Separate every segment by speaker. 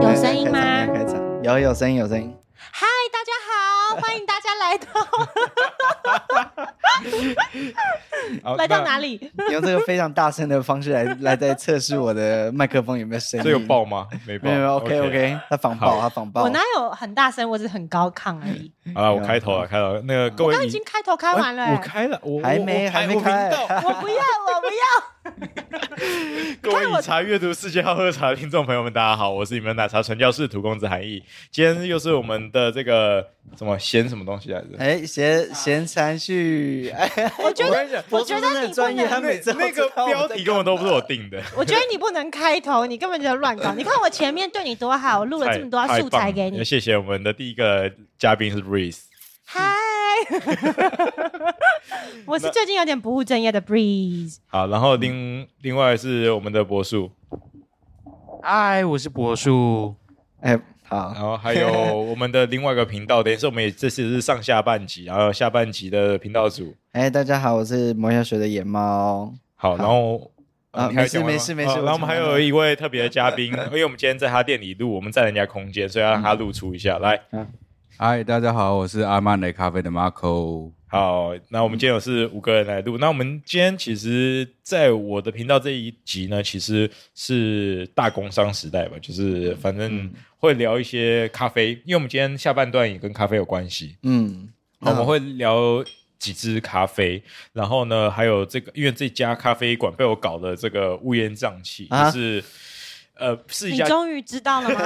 Speaker 1: 有声音吗？
Speaker 2: 开场开场，有有声音有声 音。
Speaker 1: 嗨，大家好，欢迎大家来到
Speaker 3: 好
Speaker 1: 来到
Speaker 3: 那
Speaker 1: 哪里？
Speaker 2: 你用这个非常大声的方式来来在测试我的麦克风有没有声音。
Speaker 3: 这有爆吗？没爆。
Speaker 2: 没有？没有，OK OK，他仿爆，
Speaker 3: 好
Speaker 2: 他仿爆。
Speaker 1: 我哪有很大声，我只是很高亢而已。
Speaker 3: 好了，我开头了，开头了。那个各
Speaker 1: 我
Speaker 3: 位
Speaker 1: 刚
Speaker 3: 你，
Speaker 1: 已经开头开完了、
Speaker 3: 哎我
Speaker 1: 欸，
Speaker 3: 开了，我
Speaker 2: 还
Speaker 3: 我
Speaker 2: 没
Speaker 3: 我
Speaker 2: 还没
Speaker 3: 我
Speaker 2: 开
Speaker 3: 频 道
Speaker 1: 我不要，我不 要。
Speaker 3: 各
Speaker 1: 看
Speaker 3: 位
Speaker 1: 我
Speaker 3: 以茶阅读世界好喝茶的听众朋友们，大家好，我是你们奶茶传教士涂公子韩毅。今天又是我们的这个什么咸什么东西来着？
Speaker 2: 哎，闲闲缠絮，哎，
Speaker 1: 我觉
Speaker 3: 我
Speaker 1: 得，
Speaker 3: 跟你讲，
Speaker 1: 我
Speaker 2: 博士
Speaker 1: 觉
Speaker 2: 真
Speaker 1: 得
Speaker 2: 的
Speaker 1: 你
Speaker 2: 很
Speaker 1: 不
Speaker 2: 专业，他
Speaker 1: 能，
Speaker 2: 每次都
Speaker 3: 那
Speaker 2: 知
Speaker 3: 个
Speaker 2: 道我
Speaker 3: 标
Speaker 2: 在
Speaker 3: 题根本都不是
Speaker 2: 干嘛
Speaker 3: 我定的。
Speaker 1: 我觉得你不能开头，你根本就乱搞。你看我前面对你多好，我录了
Speaker 3: 太
Speaker 1: 这么多素材给你。
Speaker 3: 谢谢我们的第一个嘉宾是 Breeze。
Speaker 1: 嗨，我是最近有点不务正业的 Breeze。
Speaker 3: 好，然后
Speaker 2: 嗯
Speaker 3: 另另外是我们的柏树，
Speaker 4: 嗨，我是柏树。
Speaker 2: 哎，
Speaker 3: 然
Speaker 2: 好，
Speaker 3: 后还有 我们的另外一个频道，等于是我们也这次是上下半集，然后下半集的频道组。
Speaker 2: 哎，大家好，我是魔药水的野猫。
Speaker 3: 好，然后呃
Speaker 2: 啊
Speaker 3: 哦你还有
Speaker 2: 没事
Speaker 3: 讲完吗
Speaker 2: 没事没事
Speaker 3: 好
Speaker 2: 我
Speaker 3: 然后我们还
Speaker 2: 讲完
Speaker 3: 有
Speaker 2: 了
Speaker 3: 一位特别的嘉 宾，因为我们今天在他店里录，我们占人家空间，所以
Speaker 2: 嗯
Speaker 3: 要让他露出一下来。
Speaker 5: 嗨，大家好，我是阿曼雷咖啡的 Marco。
Speaker 3: 好，那我们今天有是五个人来录。那我们今天其实，在我的频道这一集呢，其实是大工商时代吧，就是反
Speaker 2: 嗯
Speaker 3: 正会聊一些咖啡，因为我们今天下半段也跟咖啡有关系。
Speaker 2: 嗯，
Speaker 3: 我们会聊几支咖啡，然后呢，还有这个，因为这家咖啡馆被我搞得这个乌烟瘴气，
Speaker 2: 啊
Speaker 3: 就是呃，是一
Speaker 1: 你
Speaker 3: 家
Speaker 1: 终于知道了 吗？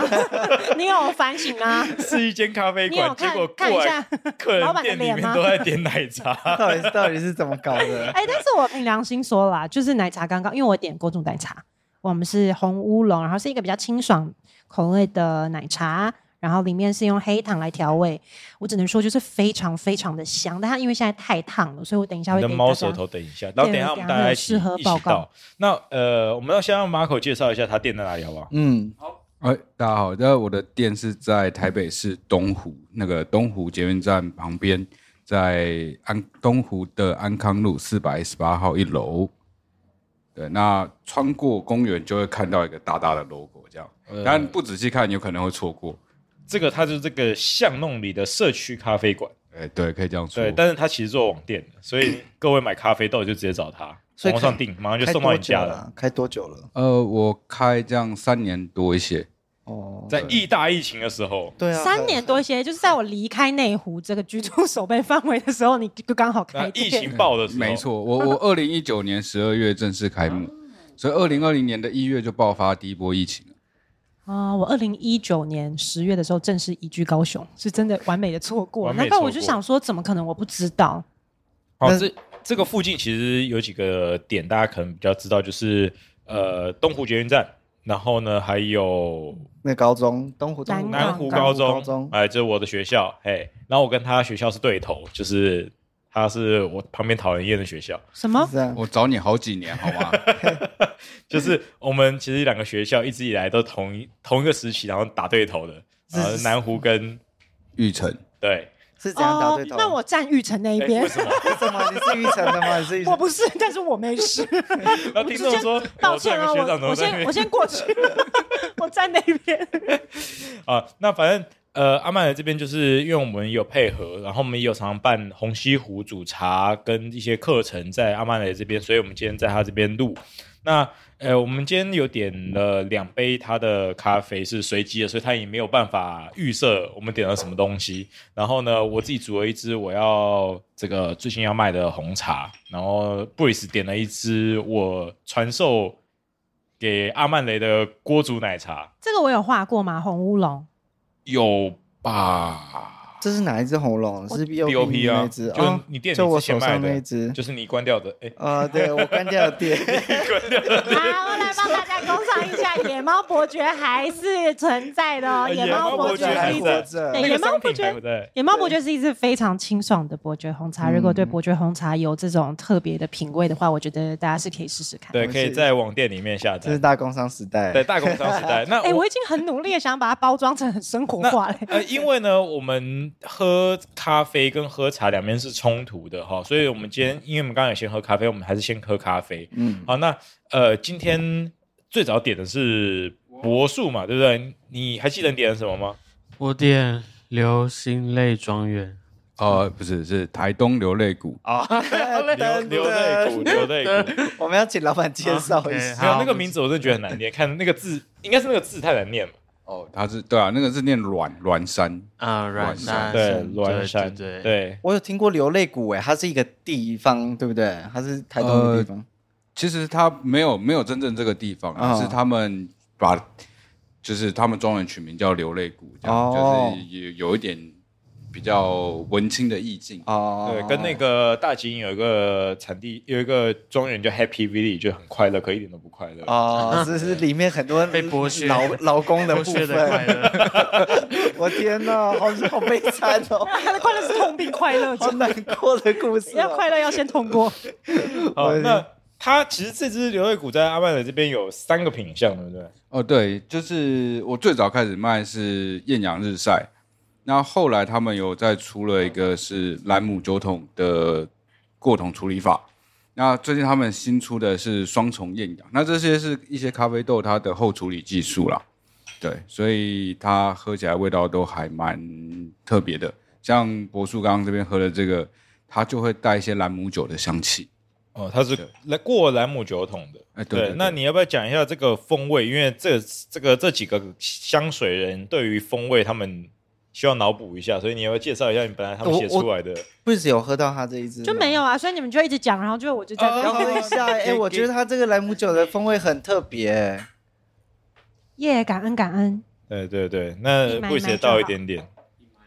Speaker 1: 你有反省吗？
Speaker 3: 是一间咖啡
Speaker 1: 你有
Speaker 3: 馆，结
Speaker 1: 看
Speaker 3: 果
Speaker 1: 看一
Speaker 3: 过
Speaker 1: 下
Speaker 3: 来？ 客
Speaker 1: 老
Speaker 3: 人
Speaker 1: 板的
Speaker 3: 店里
Speaker 1: 脸
Speaker 3: 面
Speaker 1: 吗
Speaker 3: 都在点奶 茶。
Speaker 2: 到底是到底是怎么搞的？
Speaker 1: 哎、但是我凭良心说啦，就是奶茶刚刚，因为我点过这种奶茶，我们是红乌龙，然后是一个比较清爽口味的奶茶，然后里面是用黑糖来调味。我只能说就是非常非常的香，但它因为现在太烫了，所以我等一下会
Speaker 3: 你的
Speaker 1: 给
Speaker 3: 猫
Speaker 1: 大
Speaker 3: 舌
Speaker 1: 家。
Speaker 3: 头，等一下，然后等一下我们大家一起
Speaker 1: 对我等一下会有适合
Speaker 3: 一
Speaker 1: 报
Speaker 3: 起
Speaker 1: 告
Speaker 3: 到。那呃，我们要先让 Marco 介绍一下他店在哪里，好不好？
Speaker 2: 嗯，
Speaker 5: 哎、大家好，那我的店是在台北市东湖那个东湖捷运站旁边，在安东湖的安康路四百一十八号一楼。对，那穿过公园就会看到一个大大的 logo，这样，
Speaker 3: 呃
Speaker 5: 但不仔细看有可能会错过。
Speaker 3: 这个它就是这个巷弄里的社区咖啡馆，
Speaker 5: 哎，对，可以这样说。
Speaker 3: 对，但是它其实做网店的，所以各位买咖啡豆就直接找他，
Speaker 2: 所以
Speaker 3: 网
Speaker 2: 看
Speaker 3: 络上订，马上就
Speaker 2: 开
Speaker 3: 送到
Speaker 2: 多
Speaker 3: 你
Speaker 2: 久
Speaker 3: 家了。
Speaker 2: 了？开多久了？
Speaker 5: 呃，我开这样三年多一些，
Speaker 2: 哦，
Speaker 3: 在疫大疫情的时候，
Speaker 2: 对啊，
Speaker 1: 三年多一些，就是在我离开内湖这个居住守备范围的时候，你就刚好
Speaker 3: 那
Speaker 1: 开
Speaker 3: 疫
Speaker 1: 店。
Speaker 3: 情爆的时候，
Speaker 5: 没，错，我我二零一九年十二月正式开幕，所以二零二零年的一月就爆发第一波疫情了。
Speaker 1: 啊、我二零一九年十月的时候正式移居高雄，是真的完美的错过。
Speaker 3: 完美
Speaker 1: 难怪我
Speaker 3: 错
Speaker 1: 就
Speaker 3: 过
Speaker 1: 想说，怎么可能我不知道？
Speaker 3: 好，
Speaker 2: 那
Speaker 3: 这这个附近其实有几个点，大家可能比较知道，就是呃东湖捷运站，然后呢还有
Speaker 2: 那高中东湖东湖
Speaker 1: 南
Speaker 3: 南
Speaker 1: 湖
Speaker 3: 湖
Speaker 2: 高
Speaker 3: 高
Speaker 2: 中，
Speaker 3: 中，
Speaker 2: 高中
Speaker 3: 哎，这是我的学校，嘿，然后我跟他学校是对头，就是他是我旁边讨人厌的学校，
Speaker 1: 什么
Speaker 2: 是？这
Speaker 3: 哦
Speaker 2: 样。
Speaker 5: 我找你好几年，好 吗？
Speaker 3: 就是我们其实两个学校一直以来都同一同一个时期，然后打对头的，呃南湖跟
Speaker 5: 玉成，
Speaker 3: 对，
Speaker 2: 是怎样打对头？
Speaker 1: 哦那我站玉成那一
Speaker 3: 哎
Speaker 1: 边
Speaker 3: 为。什么？
Speaker 2: 为什么？你 是玉成的吗？你是玉
Speaker 1: 我
Speaker 2: 成？
Speaker 1: 不是， 但是我没 事。
Speaker 3: 然后听众说，
Speaker 1: 抱歉啊，
Speaker 3: 我这两个学长
Speaker 1: 我我
Speaker 3: 怎么在那
Speaker 1: 先
Speaker 3: 边
Speaker 1: 我先过去， 我站那边。
Speaker 3: 啊，那反正呃，阿曼的这边就是因为我们有配合，然后我们也有常常办红西湖煮茶跟一些课程在阿曼的这边，所以我们今天在他这边录。那呃，我们今天有点了两杯他的咖啡是随机的，所以他也没有办法预设我们点了什么东西。然后呢，我自己煮了一支我要这个最近要卖的红茶，然后 Breeze 点了一支我传授给阿曼雷的锅煮奶茶，
Speaker 1: 这个我有画过吗？红乌龙
Speaker 3: 有吧？
Speaker 2: 这是哪一只红龙？是 B O
Speaker 3: BOP 啊
Speaker 2: 那一只，
Speaker 3: 就
Speaker 2: 哦
Speaker 3: 你店里
Speaker 2: 就我
Speaker 3: 之前
Speaker 2: 手
Speaker 3: 卖
Speaker 2: 上
Speaker 3: 的
Speaker 2: 那一只。
Speaker 3: 就是你关掉的，哎，
Speaker 2: 啊，对我关掉了 电。
Speaker 1: 好，我来帮大家工商一下，野猫伯爵还是存在的哦。
Speaker 3: 哎野
Speaker 1: 野
Speaker 3: 猫
Speaker 1: 猫
Speaker 3: 伯
Speaker 1: 伯
Speaker 3: 爵
Speaker 1: 爵
Speaker 3: 还
Speaker 1: 是
Speaker 3: 是
Speaker 1: 一
Speaker 3: 在
Speaker 1: 只，
Speaker 2: 着
Speaker 1: 对
Speaker 3: 那
Speaker 1: 野
Speaker 3: 个
Speaker 1: 猫
Speaker 3: 商
Speaker 1: 不
Speaker 3: 品
Speaker 1: 觉
Speaker 3: 还
Speaker 2: 哎
Speaker 3: 在。
Speaker 1: 野猫伯爵是一支非常清爽的伯爵红茶。如果
Speaker 3: 嗯
Speaker 1: 对伯爵红茶有这种特别的品味的话，我觉得大家是可以试试看。
Speaker 3: 对，
Speaker 2: 我
Speaker 3: 可以
Speaker 2: 是
Speaker 3: 在网店里面下
Speaker 2: 这是
Speaker 3: 载。
Speaker 2: 大工商时代。
Speaker 3: 对，大工商时代。 那
Speaker 1: 哎、
Speaker 3: 我
Speaker 1: 我已经很努力的想把它包装成很生活化了。
Speaker 3: 呃，因为呢，我们喝咖啡跟喝茶两边是冲突的哈，所以我们今天，因为我们刚刚有先喝咖啡，我们还是先喝咖啡。
Speaker 2: 嗯，
Speaker 3: 好，那呃，今天最早点的是柏树嘛，对不对？你还记得你点了什么吗？
Speaker 4: 我点流星泪庄园，
Speaker 5: 呃，不是，是台东流泪谷。
Speaker 3: 啊
Speaker 2: 哎
Speaker 3: 流流泪谷，流泪谷。
Speaker 2: 我们要请老板介绍一下。
Speaker 4: 啊，OK，
Speaker 3: 没有
Speaker 4: 好
Speaker 3: 那个名字，我真的觉得很难念。看那个字，应该是那个字太难念了。
Speaker 5: 哦，它是对啊，那个是念卵卵山，
Speaker 4: 啊，
Speaker 5: 软
Speaker 4: 软山，
Speaker 5: 山
Speaker 3: 对，栾山，
Speaker 4: 对对，
Speaker 3: 对，
Speaker 2: 我有听过流泪谷，哎，它是一个地方，对不对？它是台东的地方。
Speaker 5: 其实它没有没有真正这个地方啊，
Speaker 2: 哦
Speaker 5: 是他们把就是他们庄园取名叫流泪谷，这样、
Speaker 2: 哦
Speaker 5: 就是有有一点比较文青的意境。
Speaker 2: 哦，
Speaker 3: 呃对，跟那个大吉营有一个产地，有一个庄园叫 Happy Village，就很快乐，可一点都不快乐。
Speaker 2: 哦，这是里面很多
Speaker 4: 被剥削
Speaker 2: 劳劳工的部
Speaker 4: 剥削的快
Speaker 2: 分。
Speaker 4: 乐，
Speaker 2: 我天哪，好好悲惨 哦，
Speaker 3: 哎
Speaker 1: 他的快乐是痛并快乐
Speaker 2: 好
Speaker 1: 着，
Speaker 2: 难过的故事哦。
Speaker 1: 要快乐要先痛 过。
Speaker 3: 啊好，
Speaker 2: 我
Speaker 3: 哦那它其实这支流泪谷在阿曼的这边有三个品相，对不对？
Speaker 5: 哦，对，就是我最早开始卖是艳阳日晒，那后来他们有再出了一个是兰姆酒桶的过桶处理法。那最近他们新出的是双重艳阳，那这些是一些咖啡豆它的后处理技术啦，对，所以它喝起来味道都还蛮特别的。像柏树刚刚这边喝的这个，它就会带一些兰姆酒的香气。
Speaker 3: 哦，它是来过兰姆酒桶的。
Speaker 5: 哎对对对
Speaker 3: 那你要不要讲一下这个风味？因为这这个这几个香水人对于风味他们需要脑补一下，所以你要不要介绍一下你本来他们
Speaker 2: 我
Speaker 3: 写出来的？
Speaker 2: 不是有喝到它这一支吗，
Speaker 1: 就没有啊，所以你们就一直讲，然后就我就在那边
Speaker 2: 然
Speaker 3: 啊
Speaker 2: 后一下，哎、我觉得它这个莱姆酒的风味很特别。
Speaker 1: 耶、感恩感恩。
Speaker 3: 哎对对对，那
Speaker 1: 你买买
Speaker 3: 会
Speaker 1: 就
Speaker 3: 写到一
Speaker 1: 好
Speaker 3: 点点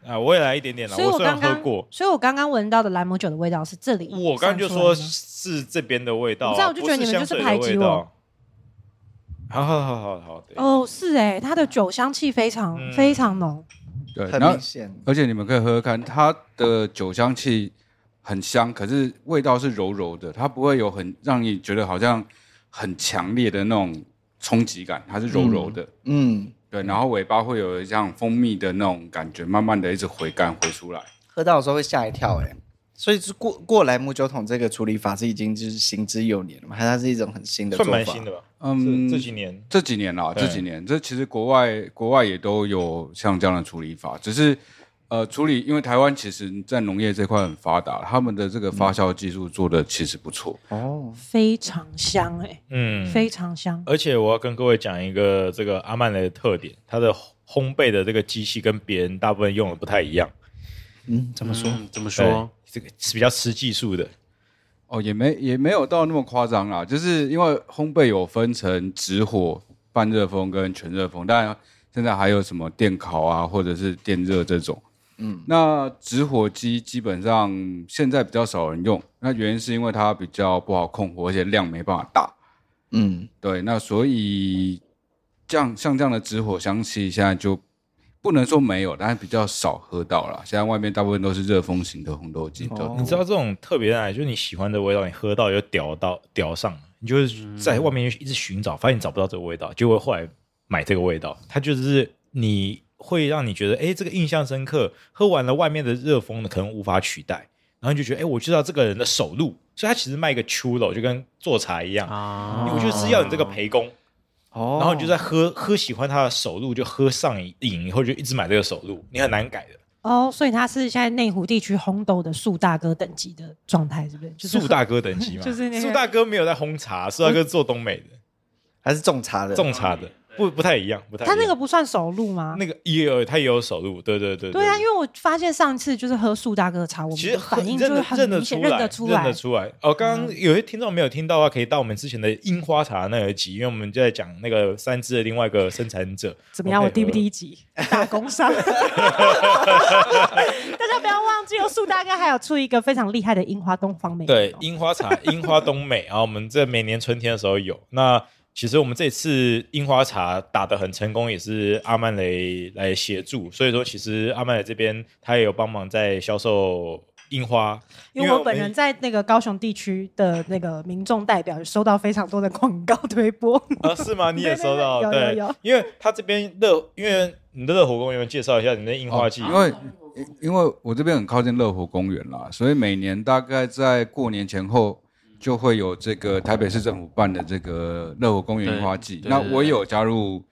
Speaker 3: 啊，我也来一点点了。
Speaker 1: 所以我
Speaker 3: 虽然
Speaker 1: 刚
Speaker 3: 喝
Speaker 1: 刚
Speaker 3: 过，，
Speaker 1: 所以我刚刚闻到的兰姆酒的味道是这里散出来的吗。
Speaker 3: 我刚刚就说是这边的味道啊、
Speaker 1: 你知道我就觉得你们就是排挤我
Speaker 3: 不是香水的味道。啊好好好好好，对，
Speaker 1: 哦，是哎、它的酒香气非常、
Speaker 3: 嗯
Speaker 1: 非常浓，
Speaker 5: 对，
Speaker 2: 很
Speaker 5: 然后
Speaker 2: 明显，
Speaker 5: 而且你们可以喝喝看，它的酒香气很香，可是味道是柔柔的，它不会有很让你觉得好像很强烈的那种冲击感，它是柔柔的。
Speaker 2: 嗯，
Speaker 5: 对，然后尾巴会有像蜂蜜的那种感觉，慢慢的一直回甘回出来。
Speaker 2: 喝到的时候会吓一跳、哎，所以是过过莱姆酒桶这个处理法是已经就是行之有年了嘛，还是它是一种很新的做
Speaker 3: 算
Speaker 2: 法？
Speaker 3: 蛮新的吧？
Speaker 5: 嗯，
Speaker 3: 嗯，这几年
Speaker 5: 这几年啦，
Speaker 3: 对
Speaker 5: 这几年，这其实国外国外也都有像这样的处理法，只是呃处理，因为台湾其实在农业这块很发达，他们的这个发酵技术做的其实不错。
Speaker 2: 哦，
Speaker 1: 非常香哎、
Speaker 3: 嗯，
Speaker 1: 非常香。
Speaker 3: 而且我要跟各位讲一个这个阿曼雷的特点，它的烘焙的这个机器跟别人大部分用的不太一样，
Speaker 2: 嗯，怎么说？
Speaker 4: 嗯怎么
Speaker 3: 对
Speaker 4: 说？
Speaker 3: 这个是比较吃技术的。
Speaker 5: 哦，也没也没有到那么夸张啦，就是因为烘焙有分成直火、半热风跟全热风，当然现在还有什么电烤啊，或者是电热这种。嗯，那直火机基本上现在比较少人用，那原因是因为它比较不好控火，而且量没办法大。
Speaker 2: 嗯，
Speaker 5: 对，那所以这样像这样的直火香气，现在就不能说没有，但是比较少喝到了。现在外面大部分都是热风型的红豆机，
Speaker 2: 哦
Speaker 3: 你知道这种特别在哪里？就是你喜欢的味道，你喝到有屌到屌上了，你就是在外面一直寻找，发现你找不到这个味道，结果后来买这个味道，它就是你会让你觉得，哎、这个印象深刻。喝完了外面的热风的可能无法取代，然后你就觉得，哎、我知道这个人的手路，所以他其实卖一个秋楼，就跟做茶一样，
Speaker 4: 啊
Speaker 3: 我就是要你这个陪工，
Speaker 2: 哦
Speaker 3: 然后你就在喝喝喜欢他的手路，就喝上瘾以后就一直买这个手路，你很难改的。
Speaker 1: 哦，所以它是现在内湖地区烘豆的树大哥等级的状态，是不是？就是
Speaker 3: 树大哥等级嘛，
Speaker 1: 就是那个
Speaker 3: 树大哥没有在烘茶，树大哥做东美的，
Speaker 2: 还是种茶的，
Speaker 3: 种茶的，不不太一样，不太一
Speaker 1: 它
Speaker 3: 样。
Speaker 1: 那个不算手录吗？
Speaker 3: 那个也有，他也有手录，对对对
Speaker 1: 对啊，因为我发现上次就是喝苏大哥的茶，我们
Speaker 3: 其
Speaker 1: 的
Speaker 3: 实很
Speaker 1: 反应就是
Speaker 3: 认得
Speaker 1: 很
Speaker 3: 认得
Speaker 1: 明显
Speaker 3: 出
Speaker 1: 认
Speaker 3: 来，
Speaker 1: 得出来嗯
Speaker 3: 认得。出来。哦，刚刚有些听众没有听到的话，可以到我们之前的樱花茶那一集，因为我们就在讲那个三只的另外一个生产者
Speaker 1: 怎么样？我
Speaker 3: 我配
Speaker 1: 第
Speaker 3: 合
Speaker 1: 不第一 集打工上？ 大家不要忘记，哦，苏大哥还有出一个非常厉害的樱花东方美人
Speaker 3: 对
Speaker 1: 哦
Speaker 3: 樱 花茶、樱花冬美啊，我们这每年春天的时候有。那其实我们这次樱花茶打得很成功，也是阿曼雷来协助，所以说其实阿曼雷这边他也有帮忙在销售 樱花，
Speaker 1: 因为我本人在那个高雄地区的那个民众代表，收到非常多的广告推播。
Speaker 3: 啊，是吗？你
Speaker 1: 对
Speaker 3: 也
Speaker 1: 对
Speaker 3: 收
Speaker 1: 对
Speaker 3: 到？
Speaker 1: 有有
Speaker 3: 对，
Speaker 1: 有
Speaker 3: 因为他这边热，因为你的热火公园介绍一下你的樱花季，
Speaker 5: 哦
Speaker 1: 啊
Speaker 5: 因为因为我这边很靠近乐活公园啦，所以每年大概在过年前后就会有这个台北市政府办的这个乐活公园樱花季。
Speaker 4: 对对
Speaker 5: 那
Speaker 4: 对
Speaker 5: 我也有加入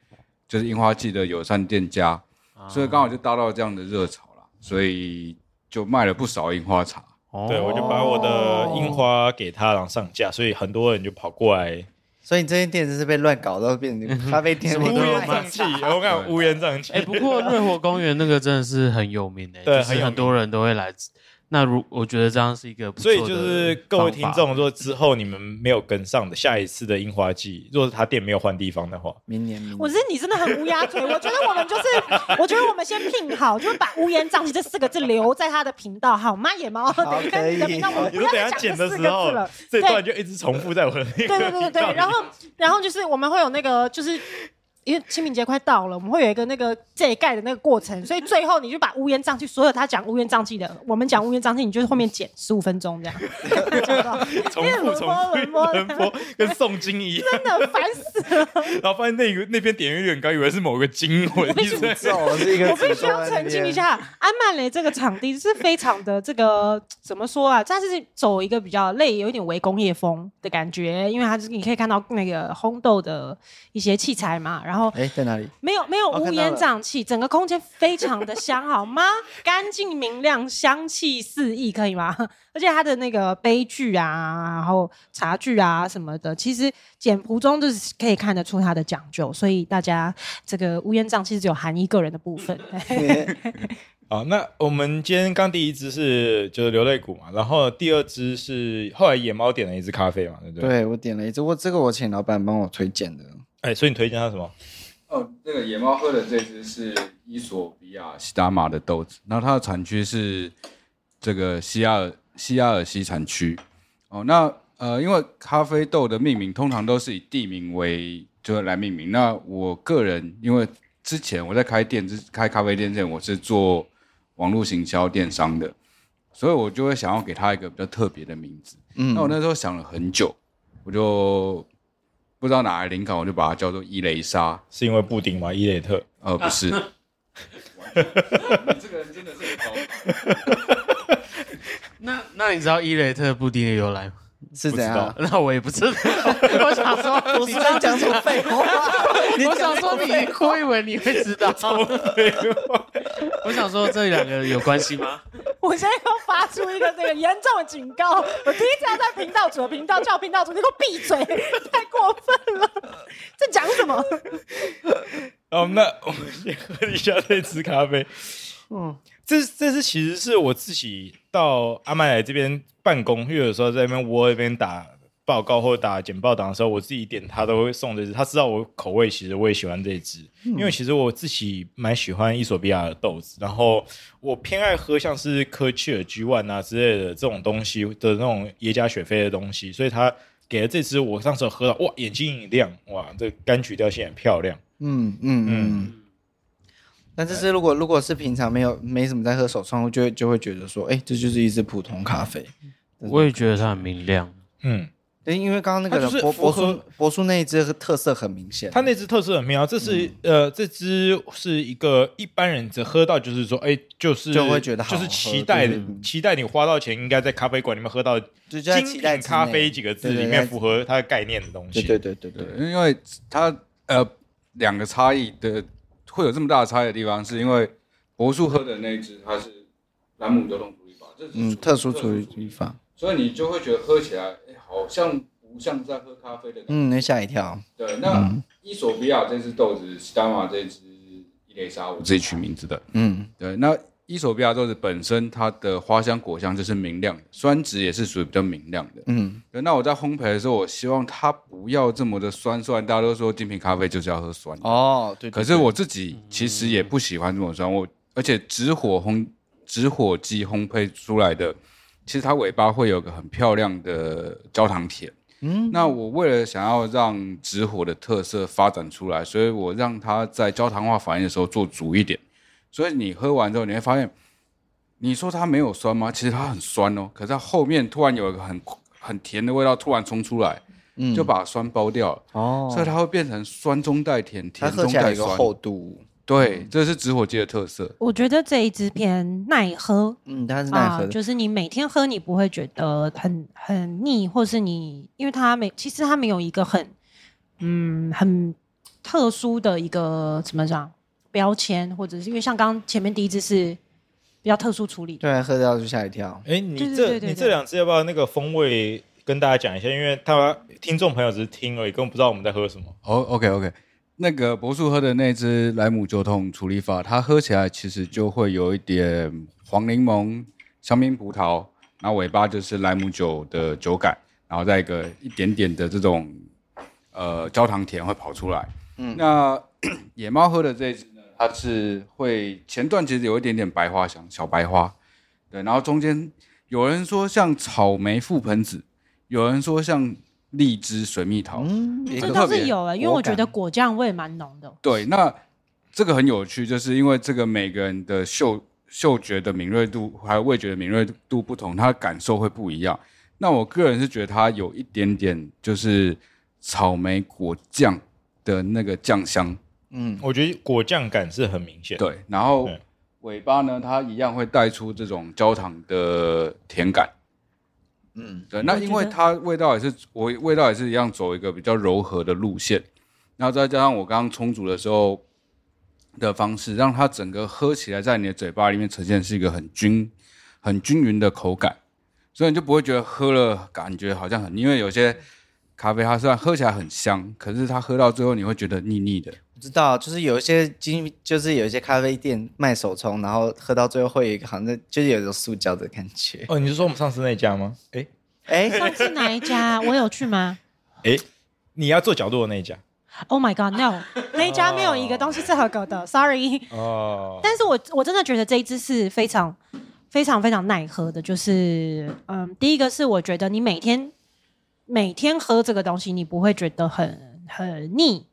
Speaker 5: 就是樱花季的友善店家，
Speaker 4: 啊
Speaker 5: 所以刚好就搭到这样的热潮啦，所以就卖了不少樱花茶。
Speaker 4: 哦
Speaker 3: 对我就把我的樱花给他，然后上架，所以很多人就跑过来
Speaker 2: 所以你这间店真是被乱搞到变成咖啡店，
Speaker 4: 什么
Speaker 3: 哦乌
Speaker 4: 都有
Speaker 3: 烟
Speaker 4: 卖
Speaker 3: 瘴气，我看乌烟瘴气
Speaker 4: 哎、。不过瑞火公园那个真的是很有名 诶、
Speaker 3: 对
Speaker 4: 就是
Speaker 3: 很有名
Speaker 4: 很多人都会来。那如我觉得这样是一个不错
Speaker 3: 所以
Speaker 4: 的方法，
Speaker 3: 就是各位听众，如果之后你们没有跟上的下一次的樱花季，如果他店没有换地方 的话，
Speaker 2: 明年明 年
Speaker 1: 我 是你真的很乌鸦嘴，我觉得我们就是，我觉得我们先聘好，就是把“乌烟瘴气”这四个字留在他的频道，好吗？野猫，
Speaker 2: 好
Speaker 1: 对
Speaker 2: 可以
Speaker 1: 你的频道我们
Speaker 3: 你
Speaker 1: 不
Speaker 3: 说
Speaker 1: 要
Speaker 3: 等一
Speaker 1: 再
Speaker 3: 下剪
Speaker 1: 讲
Speaker 3: 的
Speaker 1: 这四
Speaker 3: 时
Speaker 1: 个字
Speaker 3: 候
Speaker 1: 了。，
Speaker 3: 这段就一直重复在我的
Speaker 1: 对
Speaker 3: 那
Speaker 1: 对对
Speaker 3: 个
Speaker 1: 对
Speaker 3: 频道
Speaker 1: 对，
Speaker 3: 里
Speaker 1: 然后然后就是我们会有那个，就是因为清明节快到了，我们会有一个那个这一盖的那个过程，所以最后你就把乌烟瘴气，所有他讲乌烟瘴气的，我们讲乌烟瘴气，你就是后面剪十五分钟这 样，讲到
Speaker 3: 重
Speaker 1: 因为
Speaker 3: 复
Speaker 1: 轮
Speaker 3: 重
Speaker 1: 播
Speaker 3: 复
Speaker 1: 轮播
Speaker 3: 轮播，跟诵经一 样，
Speaker 1: 真的烦死了。
Speaker 3: 然后发现那个那边点阅率很高，以为是某个经文，一直在
Speaker 2: 走是一个，
Speaker 1: 我必须要澄清一，下，安曼雷这个场地是非常的这个怎么说啊？它是走一个比较类有一点微工业风的感觉，因为它是你可以看到那个烘豆的一些器材嘛，然后
Speaker 2: 哎，在哪里？
Speaker 1: 没有没有
Speaker 2: 哦看
Speaker 1: 乌
Speaker 2: 到
Speaker 1: 烟
Speaker 2: 了
Speaker 1: 瘴气，整个空间非常的香，好 吗？干净明亮，香气四溢，可以吗？ 而且它的那个杯具啊，然后茶具啊什么的，其实简朴中就是可以看得出它的讲究，所以大家这个乌烟瘴气只有含一个人的部 分。
Speaker 3: 啊，那我们今天刚第一支是就是流泪谷嘛，然后第二支是后来野猫点了一支咖啡嘛，对不对？。
Speaker 2: 对我点了一支，我这个我请老板帮我推荐的，
Speaker 3: 哎，所以你推荐他什么？
Speaker 5: 哦，这个野猫喝的这支是伊索比亚西达玛的豆子，那它的产区是这个西亚尔西亚尔西产区。哦，那呃，因为咖啡豆的命名通常都是以地名为就是来命名。那我个人因为之前我在开店之开咖啡店之前，我是做网络行销电商的，所以我就会想要给它一个比较特别的名字。
Speaker 2: 嗯，
Speaker 5: 那我那时候想了很久，我就不知道哪来灵感，我就把它叫做伊雷莎。
Speaker 3: 是因为布丁吗？伊雷特。
Speaker 5: 呃，不是。这个人真的是高。
Speaker 4: 那那你知道伊雷特布丁的由来吗？
Speaker 2: 是怎
Speaker 3: 不知
Speaker 2: 样
Speaker 3: 道？
Speaker 4: 那我也不知道， 我想说，
Speaker 2: 你在讲什么废话？你
Speaker 4: 我想说你，我以为你会知道。 我想说这两个有关系 吗？
Speaker 1: 我现在要发出一个这个严重的警告，我第一次要在频道主的频道叫频道主，你给我闭嘴，太过分了， 在讲什么？
Speaker 3: 哦，那我们先喝一下这支咖啡。
Speaker 2: 嗯，
Speaker 3: 这这是其实是我自己到阿曼来这边办公，因为有时候在那边窝那边打报告或打简报档的时候，我自己点他都会送这支，他知道我口味，其实我也喜欢这一支，因为其实我自己蛮喜欢伊索比亚的豆子，然后我偏爱喝像是科切尔 G One 啊之类的这种东西的那种耶加雪菲的东西，所以他给了这支我上次有喝到哇眼睛一亮，哇这柑橘调性很漂亮。
Speaker 2: 嗯嗯嗯。但这是如果如果是平常没有没什么在喝手冲，就会就会觉得说，哎，这就是一支普通咖啡。
Speaker 4: 我也觉得它很明亮。
Speaker 3: 嗯，
Speaker 2: 对，因为刚刚那个
Speaker 3: 它就是
Speaker 2: 人博博
Speaker 3: 符合
Speaker 2: 叔博叔那一支特色很明显，
Speaker 3: 它那只特色很妙，这是、
Speaker 2: 嗯
Speaker 3: 呃，这只是一个一般人只喝到，就是说，哎、就是
Speaker 2: 就会觉得好
Speaker 3: 就
Speaker 2: 喝
Speaker 3: 是期待
Speaker 2: 对对对
Speaker 3: 期待你花到钱，应该在咖啡馆里面喝到
Speaker 2: 就在
Speaker 3: 精
Speaker 2: 期
Speaker 3: 品
Speaker 2: 待之内
Speaker 3: 咖啡几个字
Speaker 2: 对对
Speaker 3: 里
Speaker 2: 对
Speaker 3: 面符合它的概念的东西。
Speaker 2: 对对对对对，
Speaker 5: 对，因为它呃两个差异的会有这么大的差异的地方，是因为博叔喝的那一支它是兰姆流动处理法，这是
Speaker 2: 嗯，特殊处理地，方，
Speaker 5: 所以你就会觉得喝起来哎好像不像在喝咖啡的感觉。
Speaker 2: 嗯，那吓一跳，
Speaker 5: 对，那伊索比亚这只豆子，斯达玛这只伊蕾莎，我自己取名字的。
Speaker 2: 嗯，
Speaker 5: 对，那伊索比亚豆子本身它的花香果香就是明亮的，酸值也是属于比较明亮的。
Speaker 2: 嗯
Speaker 5: 对，那我在烘焙的时候，我希望它不要这么的酸酸。大家都说精品咖啡就是要喝酸的，
Speaker 2: 哦，对。对嗯
Speaker 5: 可是我自己其实也不喜欢这么酸。我而且直火烘直火机烘焙出来的，其实它尾巴会有个很漂亮的焦糖甜。嗯，那我为了想要让直火的特色发展出来，所以我让它在焦糖化反应的时候做足一点。所以你喝完之后，你会发现，你说它没有酸吗？其实它很酸哦，可是它后面突然有一个很很甜的味道突然冲出来，就把酸包掉
Speaker 3: 嗯
Speaker 5: 了，
Speaker 2: 嗯哦，
Speaker 5: 所以它会变成酸中带甜，
Speaker 2: 它
Speaker 5: 甜
Speaker 2: 喝
Speaker 5: 中
Speaker 2: 起来有
Speaker 5: 带
Speaker 2: 一个
Speaker 5: 酸。
Speaker 2: 厚度，
Speaker 5: 对，这是直火鸡的特色。
Speaker 1: 我觉得这一支偏耐喝
Speaker 2: 嗯，它是耐
Speaker 1: 啊
Speaker 2: 喝，的，
Speaker 1: 就是你每天喝，你不会觉得很很腻，或是你因为它没，其实它没有一个很嗯很特殊的一个怎么讲标签，或者是因为像刚刚前面第一支是比较特殊处理的，
Speaker 2: 对啊，喝到就吓一跳。
Speaker 3: 哎，你
Speaker 1: 对对
Speaker 3: 这
Speaker 1: 对对对
Speaker 3: 你这两支要不要那个风味跟大家讲一下？因为他听众朋友只是听而已，根本不知道我们在喝什么。
Speaker 5: 哦、o k OK，那个博树喝的那只莱姆酒桶处理法，它喝起来其实就会有一点黄柠檬、香槟葡萄，然后尾巴就是莱姆酒的酒感，然后再一个一点点的这种呃焦糖甜会跑出来。嗯，那 野猫喝的这一支呢，它是会前段其实有一点点白花香，小白花，对，然后中间有人说像草莓覆盆子，有人说像荔枝水蜜桃，
Speaker 2: 嗯，一
Speaker 1: 这
Speaker 2: 个
Speaker 1: 倒
Speaker 2: 特
Speaker 1: 是
Speaker 2: 别
Speaker 1: 有啊了，因为我
Speaker 2: 果
Speaker 1: 觉
Speaker 2: 感
Speaker 1: 得果酱味蛮浓的。
Speaker 5: 对，那这个很有趣，就是因为这个每个人的嗅嗅觉的敏锐度还有味觉的敏锐度不同，他的感受会不一样。那我个人是觉得它有一点点就是草莓果酱的那个酱香，
Speaker 2: 嗯
Speaker 3: 我觉得果酱感是很明显的。
Speaker 5: 对，然后
Speaker 3: 对
Speaker 5: 尾巴呢，它一样会带出这种焦糖的甜感。
Speaker 2: 嗯
Speaker 5: 对，那
Speaker 1: 我
Speaker 5: 因
Speaker 1: 觉
Speaker 5: 为
Speaker 1: 得
Speaker 5: 它味道也是我味道也是一样走一个比较柔和的路线，然后再加上我刚刚冲煮的时候的方式，让它整个喝起来在你的嘴巴里面呈现是一个很均很均匀的口感，所以你就不会觉得喝了感觉好像很腻，因为有些咖啡它虽然喝起来很香，可是它喝到最后你会觉得腻腻的。
Speaker 2: 不知道，就是有一些经，就是有一些咖啡店卖手冲，然后喝到最后会有一个好像在就是有一种塑胶的感觉。
Speaker 3: 哦，你是说我们上次那家吗？哎
Speaker 2: 哎、
Speaker 1: 上次哪一家我有去吗
Speaker 3: 哎，你要做角度的那一家
Speaker 1: ？Oh my god，no！那一家没有一个东西是合格的，sorry。
Speaker 3: 哦。
Speaker 1: 但是我我真的觉得这一支是非常非常非常耐喝的，就是嗯，第一个是我觉得你每天每天喝这个东西，你不会觉得很很腻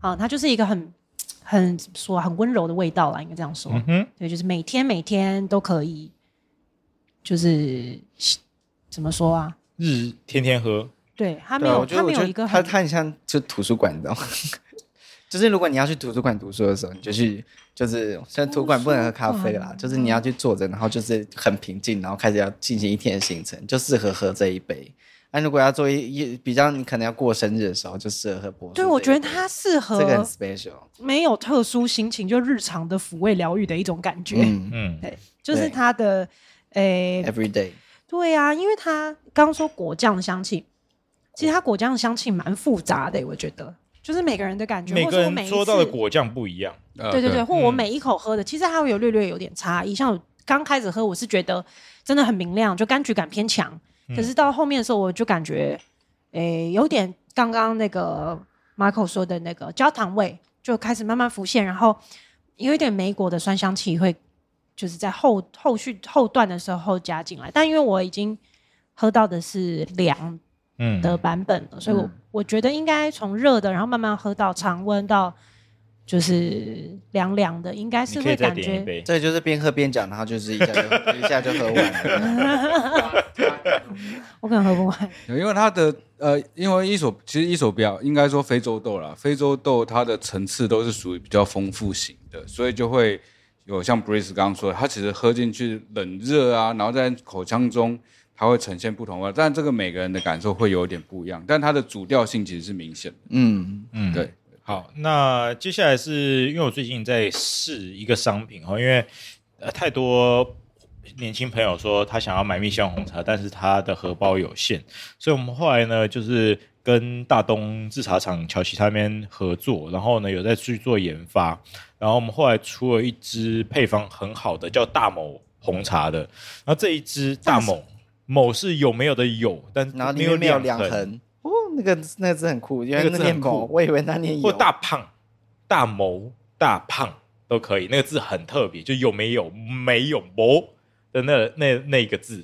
Speaker 1: 啊，它就是一个很很怎么说啊很温柔的味道啦，应该这样说。
Speaker 3: 嗯哼，
Speaker 1: 对，就是每天每天都可以，就是怎么说啊？
Speaker 3: 日天天喝，
Speaker 1: 对，它没
Speaker 2: 对啊，
Speaker 1: 有
Speaker 2: 我觉
Speaker 1: 它
Speaker 2: 得我
Speaker 1: 没
Speaker 2: 觉
Speaker 1: 有一个
Speaker 2: 得它
Speaker 1: 很
Speaker 2: 它很像就图书馆的哦， 就是如果你要去图书馆读书的时候，你就去就是虽然图书馆不能喝咖啡
Speaker 1: 嗯
Speaker 2: 啦，就是你要去坐着，然后就是很平静，然后开始要进行一天的行程，就适合喝这一杯。那、如果要做一一比较，你可能要过生日的时候，就适合喝波。
Speaker 1: 对，我觉得它适合
Speaker 2: 这个很 special。
Speaker 1: 没有特殊心情，就日常的抚慰疗愈的一种感觉。
Speaker 2: 嗯
Speaker 3: 嗯，
Speaker 1: 对，就是
Speaker 2: 对哎
Speaker 1: 它的，诶、
Speaker 2: ，every day。
Speaker 1: 对啊，因为它刚说果酱的香气，其实它果酱的香气蛮复杂的、欸我觉得，就是每个人的感觉，
Speaker 3: 每
Speaker 1: 或
Speaker 3: 个
Speaker 1: 者我
Speaker 3: 人
Speaker 1: 每一
Speaker 3: 说到的
Speaker 1: 次，
Speaker 3: 果酱不一样。
Speaker 5: 呃
Speaker 1: 对对对，或我
Speaker 3: 嗯
Speaker 1: 每一口喝的，其实它会有略略有点差异。像我刚开始喝，我是觉得真的很明亮，就柑橘感偏强，可是到后面的时候，我就感觉，诶、有点刚刚那个 Marco 说的那个焦糖味就开始慢慢浮现，然后有一点梅果的酸香气会就是在后后续后段的时候加进来，但因为我已经喝到的是凉
Speaker 3: 嗯，
Speaker 1: 的版本了，所以我我觉得应该从热的，然后慢慢喝到常温到就是凉凉的，应该是
Speaker 3: 你可
Speaker 1: 会
Speaker 3: 以再
Speaker 1: 感
Speaker 3: 点一
Speaker 1: 觉。
Speaker 3: 杯。
Speaker 2: 这就是边喝边讲，然后就是一下就 一下就喝完了。
Speaker 1: 我可能喝不完，
Speaker 5: 对因为它的呃，因为伊索其实伊索比较应该说非洲豆啦，非洲豆它的层次都是属于比较丰富型的，所以就会有像 Breeze 刚刚说的，它其实喝进去冷热啊，然后在口腔中它会呈现不同味，但这个每个人的感受会有点不一样，但它的主调性其实是明显的。
Speaker 2: 嗯，
Speaker 3: 嗯，
Speaker 5: 对，
Speaker 3: 好，那接下来是因为我最近在试一个商品哦，因为呃太多年轻朋友说他想要买蜜香红茶，但是他的荷包有限，所以我们后来呢就是跟大东制茶厂乔西他边合作，然后呢有在去做研发，然后我们后来出了一支配方很好的叫大某红茶的，然后这一支大某某是有没有的有，但
Speaker 2: 然后
Speaker 3: 没
Speaker 2: 里面没有
Speaker 3: 两
Speaker 2: 两横。哦，那个那个字很酷，因
Speaker 3: 那
Speaker 2: 为
Speaker 3: 个
Speaker 2: 那
Speaker 3: 字
Speaker 2: 念
Speaker 3: 很
Speaker 2: 某，
Speaker 3: 酷
Speaker 2: 我以为那念有
Speaker 3: 或大胖、大谋、大胖都可以。那个字很特别，就有没有没有谋的那那那一个字，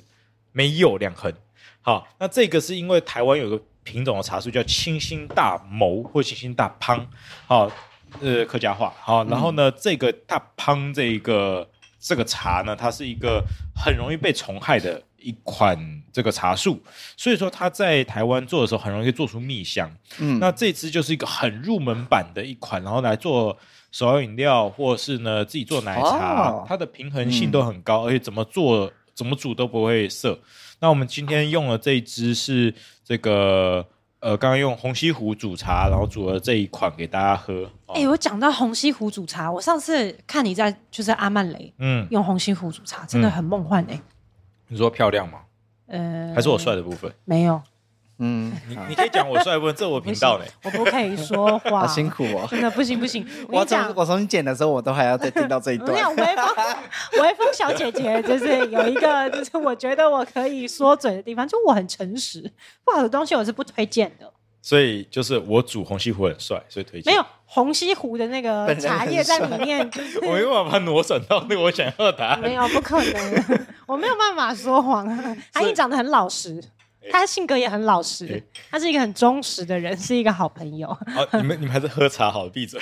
Speaker 3: 没有两横。好，那这个是因为台湾有个品种的茶树叫清新大谋或清新大胖，好，呃，客家话。好，然后呢，这个大胖这一个这个茶呢，它是一个很容易被虫害的一款这个茶树，所以说它在台湾做的时候很容易做出蜜香。
Speaker 2: 嗯，
Speaker 3: 那这支就是一个很入门版的一款，然后来做手摇饮料，或是呢自己做奶茶，
Speaker 2: 哦
Speaker 3: 它的平衡性都很高，而且怎么做怎么煮都不会涩。那我们今天用了这一支是这个呃，刚刚用红西湖煮茶，然后煮了这一款给大家喝。哦
Speaker 1: 哎、我讲到红西湖煮茶，我上次看你在就是阿曼雷
Speaker 3: 嗯，
Speaker 1: 用红西湖煮茶，真的很梦幻哎、
Speaker 3: 你说漂亮吗？
Speaker 1: 呃，
Speaker 3: 还是我帅的部分？
Speaker 1: 没有，
Speaker 2: 嗯，好
Speaker 3: 你可以 讲我帅的部分，这我频道呢。
Speaker 1: 我不可以说
Speaker 2: 好
Speaker 1: 话，
Speaker 2: 辛苦哦。
Speaker 1: 真的不行不行。我跟
Speaker 2: 我
Speaker 1: 你
Speaker 2: 从
Speaker 1: 讲，
Speaker 2: 我从你剪的时候，我都还要再听到这一
Speaker 1: 我跟你 讲，。微
Speaker 2: 段
Speaker 1: 风 微风小姐姐就是有一个，就是我觉得我可以说嘴的地方，就我很诚实，不好的东西我是不推荐的。
Speaker 3: 所以就是我煮红西湖很帅，所以推荐。
Speaker 1: 没有，红西湖的那个
Speaker 2: 本人
Speaker 1: 茶
Speaker 2: 很
Speaker 1: 叶在
Speaker 2: 帅
Speaker 1: 里面，就是
Speaker 3: 我没办法挪转到那个我想要的答 案。
Speaker 1: 没有，不可 能，我没有办法说谎啊。韩毅长得很老实，他性格也很老实
Speaker 3: 哎，
Speaker 1: 他是一个很忠实的人，是一个好朋友。
Speaker 3: 好，哦你们你们还是喝茶好，闭嘴。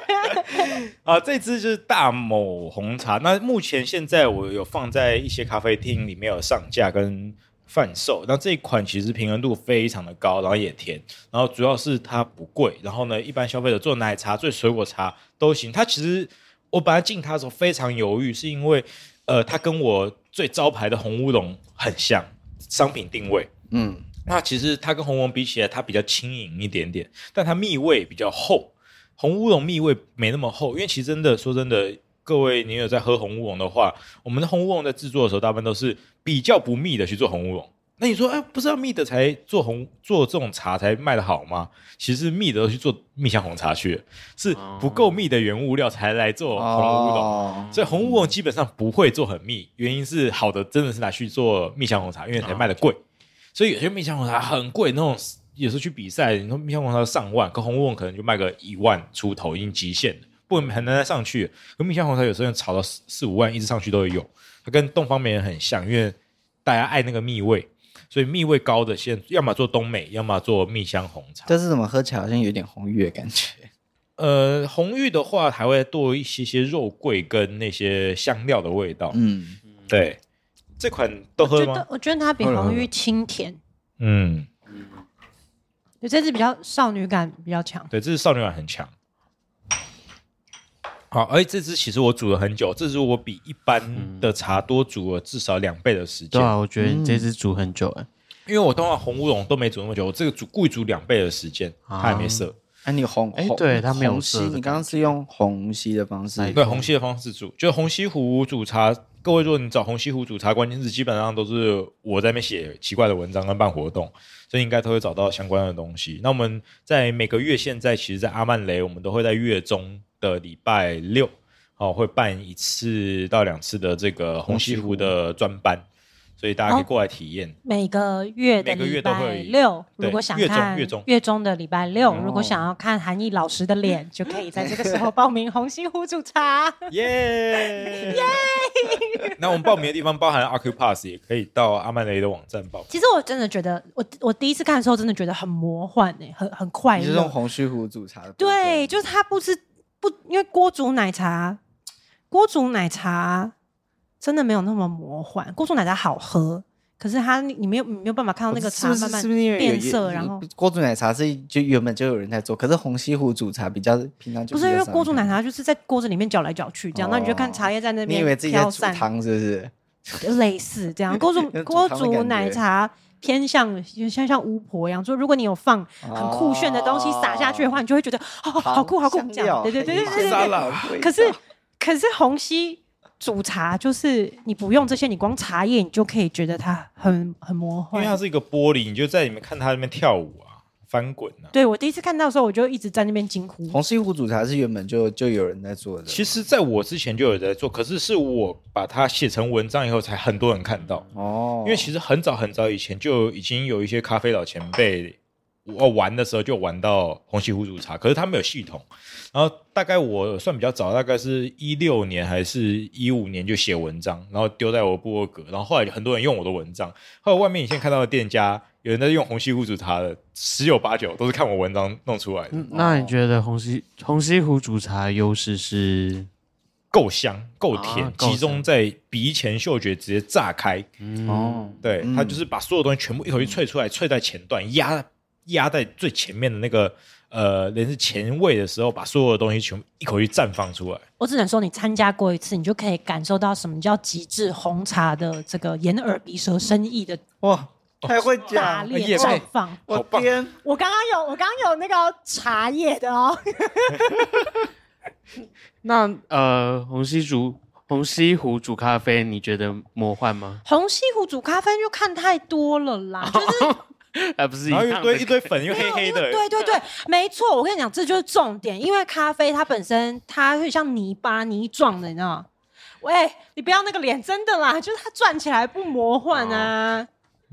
Speaker 3: 啊，这支就是大某红茶。那目前现在我有放在一些咖啡厅里面有上架跟贩售。那这一款其实平衡度非常的高，然后也甜，然后主要是它不贵。然后呢，一般消费者做奶茶、做水果茶都行。它其实我本来进它的时候非常犹豫，是因为呃，它跟我最招牌的红乌龙很像，商品定位。
Speaker 2: 嗯，
Speaker 3: 那其实它跟红龙比起来，它比较轻盈一点点，但它蜜味比较厚。红乌龙蜜味没那么厚，因为其实真的说真的，各位你有在喝红乌龙的话，我们的红乌龙在制作的时候，大部分都是比较不密的去做红乌龙。那你说，哎，不是要密的才做红做这种茶才卖的好吗？其实密的都去做蜜香红茶去了，是不够密的原物料才来做红乌龙。
Speaker 2: 哦，
Speaker 3: 所以红乌龙基本上不会做很密，原因是好的真的是拿去做蜜香红茶，因为才卖的贵。所以有些蜜香红茶很贵，那种有时候去比赛，你说蜜香红茶上万，可红乌龙可能就卖个一万出头，已经极限了，不然很难再上去。可蜜香红茶有时候炒到四四五万，一直上去都会有。它跟东方美人很像，因为大家爱那个蜜味，所以蜜味高的现在要么做东美，要么做蜜香红茶。
Speaker 2: 这是怎么喝起来好像有点红玉的感觉？
Speaker 3: 呃，红玉的话还会多一些些肉桂跟那些香料的味道。
Speaker 2: 嗯，
Speaker 3: 对，这款都
Speaker 1: 觉
Speaker 3: 喝
Speaker 1: 得
Speaker 3: 吗？
Speaker 1: 我觉得它比红玉清甜，
Speaker 3: 嗯，
Speaker 1: 对，这支比较少女感比较强。
Speaker 3: 对，这支少女感很强。好，而且这支其实我煮了很久，这支我比一般的茶多煮了至少两倍的时间
Speaker 4: 对，啊，我觉得你
Speaker 3: 嗯
Speaker 4: 这次煮很久哎，
Speaker 3: 因为我通常红乌龙都没煮那么久，我这个煮故意煮两倍的时间，它还没涩。
Speaker 2: 哎，你红，
Speaker 4: 哎
Speaker 2: 红
Speaker 4: 对它没有
Speaker 2: 虹吸，
Speaker 4: 色的
Speaker 2: 你
Speaker 4: 感
Speaker 2: 刚刚是用虹吸的方式，
Speaker 3: 哎对，虹吸的方式煮，就是虹吸壶煮茶。各位，如果你找虹吸壶煮茶关键字，基本上都是我在那边写奇怪的文章跟办活动，所以应该都会找到相关的东西。那我们在每个月现在，其实，在阿曼雷，我们都会在月中的礼拜六，哦，会办一次到两次的这个虹吸壶的专班，所以大家可以过来体验。
Speaker 1: 每个月的
Speaker 3: 每个
Speaker 1: 礼
Speaker 3: 月都会
Speaker 1: 拜
Speaker 3: 有
Speaker 1: 六，
Speaker 3: 对
Speaker 1: 如果想
Speaker 3: 月中
Speaker 1: 看
Speaker 3: 月中哦
Speaker 1: 的礼拜六，如果想要看韩毅老师的脸，就可以在这个时候报名红西湖煮茶。
Speaker 3: 耶耶！那我们报名的地方包含 Acupass，也可以到阿曼雷的网站报名。
Speaker 1: 其实我真的觉得，我我第一次看的时候真的觉得很魔幻诶、很很快
Speaker 2: 你是用
Speaker 1: 乐。
Speaker 2: 红须胡煮茶的部分？
Speaker 1: 对，就是它不是不，因为锅煮奶茶，锅煮奶茶真的没有那么魔幻，锅煮奶茶好喝。可是它，你没有你没有办法看到那个茶
Speaker 2: 哦
Speaker 1: 慢
Speaker 2: 是不是
Speaker 1: 慢
Speaker 2: 是不是因为有
Speaker 1: 变色，
Speaker 2: 有
Speaker 1: 然后
Speaker 2: 锅煮奶茶是就原本就有人在做，可是红西湖煮茶比较平常就
Speaker 1: 不是因为
Speaker 2: 比较少
Speaker 1: 锅煮奶
Speaker 2: 人看
Speaker 1: 茶就是在锅子里面搅来搅去这样，那你就看茶叶在那
Speaker 2: 哦你以为
Speaker 1: 边
Speaker 2: 自己在
Speaker 1: 飘
Speaker 2: 煮
Speaker 1: 散，
Speaker 2: 汤是不是？
Speaker 1: 类似这样。锅 煮
Speaker 2: 那煮
Speaker 1: 锅
Speaker 2: 汤的感
Speaker 1: 煮
Speaker 2: 觉
Speaker 1: 奶茶偏向像像巫婆一样，就如果你有放很酷炫的东西撒下去的话，你就会觉得哦，好酷好酷
Speaker 2: 香，
Speaker 1: 这样。
Speaker 2: 料
Speaker 1: 对对对对对
Speaker 2: 黑
Speaker 1: 对
Speaker 2: 麻
Speaker 1: 对。
Speaker 2: 辣味道
Speaker 1: 可是可是红溪煮茶就是你不用这些，你光茶叶你就可以觉得它很很魔
Speaker 3: 因为它
Speaker 1: 幻。
Speaker 3: 是一个玻璃，你就在里面看它那边跳舞啊。翻滚啊。
Speaker 1: 对我第一次看到的时候，我就一直在那边惊呼。
Speaker 2: 红西湖煮茶是原本就就有人在做的，
Speaker 3: 其实，在我之前就有在做，可是是我把它写成文章以后，才很多人看到。
Speaker 2: 哦，
Speaker 3: 因为其实很早很早以前就已经有一些咖啡老前辈，我玩的时候就玩到红西湖煮茶，可是他们有系统。然后大概我算比较早，大概是一六年还是一五年就写文章，然后丢在我的部落格，然后后来很多人用我的文章，后来外面你现在看到的店家有人在用红西湖煮茶的，十有八九都是看我文章弄出来的，
Speaker 4: 嗯那你觉得红西红西湖煮茶的优势是？
Speaker 3: 够香够甜，
Speaker 4: 啊够
Speaker 3: 集中
Speaker 4: 香
Speaker 3: 在鼻前嗅觉直接炸开。
Speaker 4: 哦，
Speaker 3: 对，它就是把所有东西全部一口气萃出来，萃在前段，压压在最前面的那个呃，连是前位的时候，把所有的东西全部一口气绽放出来。
Speaker 1: 我只能说，你参加过一次，你就可以感受到什么叫极致红茶的这个眼耳鼻舌身意的
Speaker 2: 哇，太会
Speaker 1: 炸
Speaker 2: 讲，
Speaker 1: 裂
Speaker 3: 叶
Speaker 1: 绽
Speaker 3: 配
Speaker 1: 放。
Speaker 2: 我
Speaker 3: 好棒
Speaker 2: 天，
Speaker 1: 我刚刚有，我刚刚有那个茶叶的哦，
Speaker 4: 那呃，红西煮红西湖煮咖啡，你觉得魔幻吗？
Speaker 1: 红西湖煮咖啡就看太多了啦，就是
Speaker 4: 还呃不是一
Speaker 3: 然后一
Speaker 4: 样
Speaker 3: 堆一
Speaker 4: 的
Speaker 3: 堆粉又黑黑的，
Speaker 1: 哦对对对，没错，我跟你讲，这就是重点，因为咖啡它本身它会像泥巴泥状的，你知道吗？喂，你不要那个脸，真的啦，就是它转起来不魔幻啊。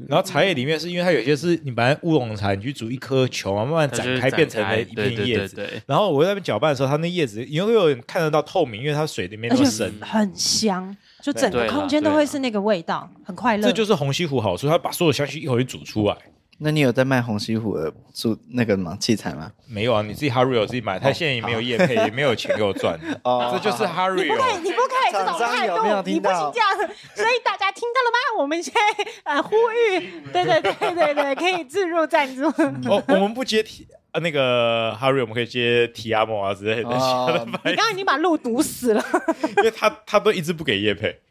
Speaker 3: 然后茶叶里面是因为它有些是你把乌龙茶，你去煮一颗球嘛，慢慢
Speaker 4: 它
Speaker 3: 展
Speaker 4: 就是
Speaker 3: 开变成
Speaker 4: 展
Speaker 3: 了
Speaker 4: 开
Speaker 3: 一片叶子。
Speaker 4: 对对 对对
Speaker 3: 然后我在那边搅拌的时候，它那叶子因为有看得到透明，因为它水里面
Speaker 1: 而
Speaker 3: 都
Speaker 1: 且
Speaker 3: 是深。
Speaker 1: 很香，就整个
Speaker 4: 对啦
Speaker 1: 空间都会是那个味道，很快乐。
Speaker 3: 这就是红西湖好处，它把所有香气一口气煮出来。
Speaker 2: 那你有在卖红西湖的煮那个吗器材吗？
Speaker 3: 没有啊，你自己 Hario 自己买，它现在也没有叶配，也没有钱给我赚，
Speaker 2: 哦
Speaker 3: 这就是
Speaker 1: 你不可以，
Speaker 3: Hario。
Speaker 1: 你不可以这种
Speaker 2: 厂商
Speaker 1: 态
Speaker 2: 有没有
Speaker 1: 度，你
Speaker 2: 听
Speaker 1: 不行
Speaker 2: 到
Speaker 1: 这样。所以大家听到了吗？我们现在呃呼吁，对对对对对，可以置入赞助。
Speaker 3: 哦，我们不接提啊，那个 Hario 我们可以接提阿莫啊之类的，
Speaker 2: 哦，
Speaker 1: 你刚刚已经把路堵死了。
Speaker 3: 因为他他都一直不给叶配。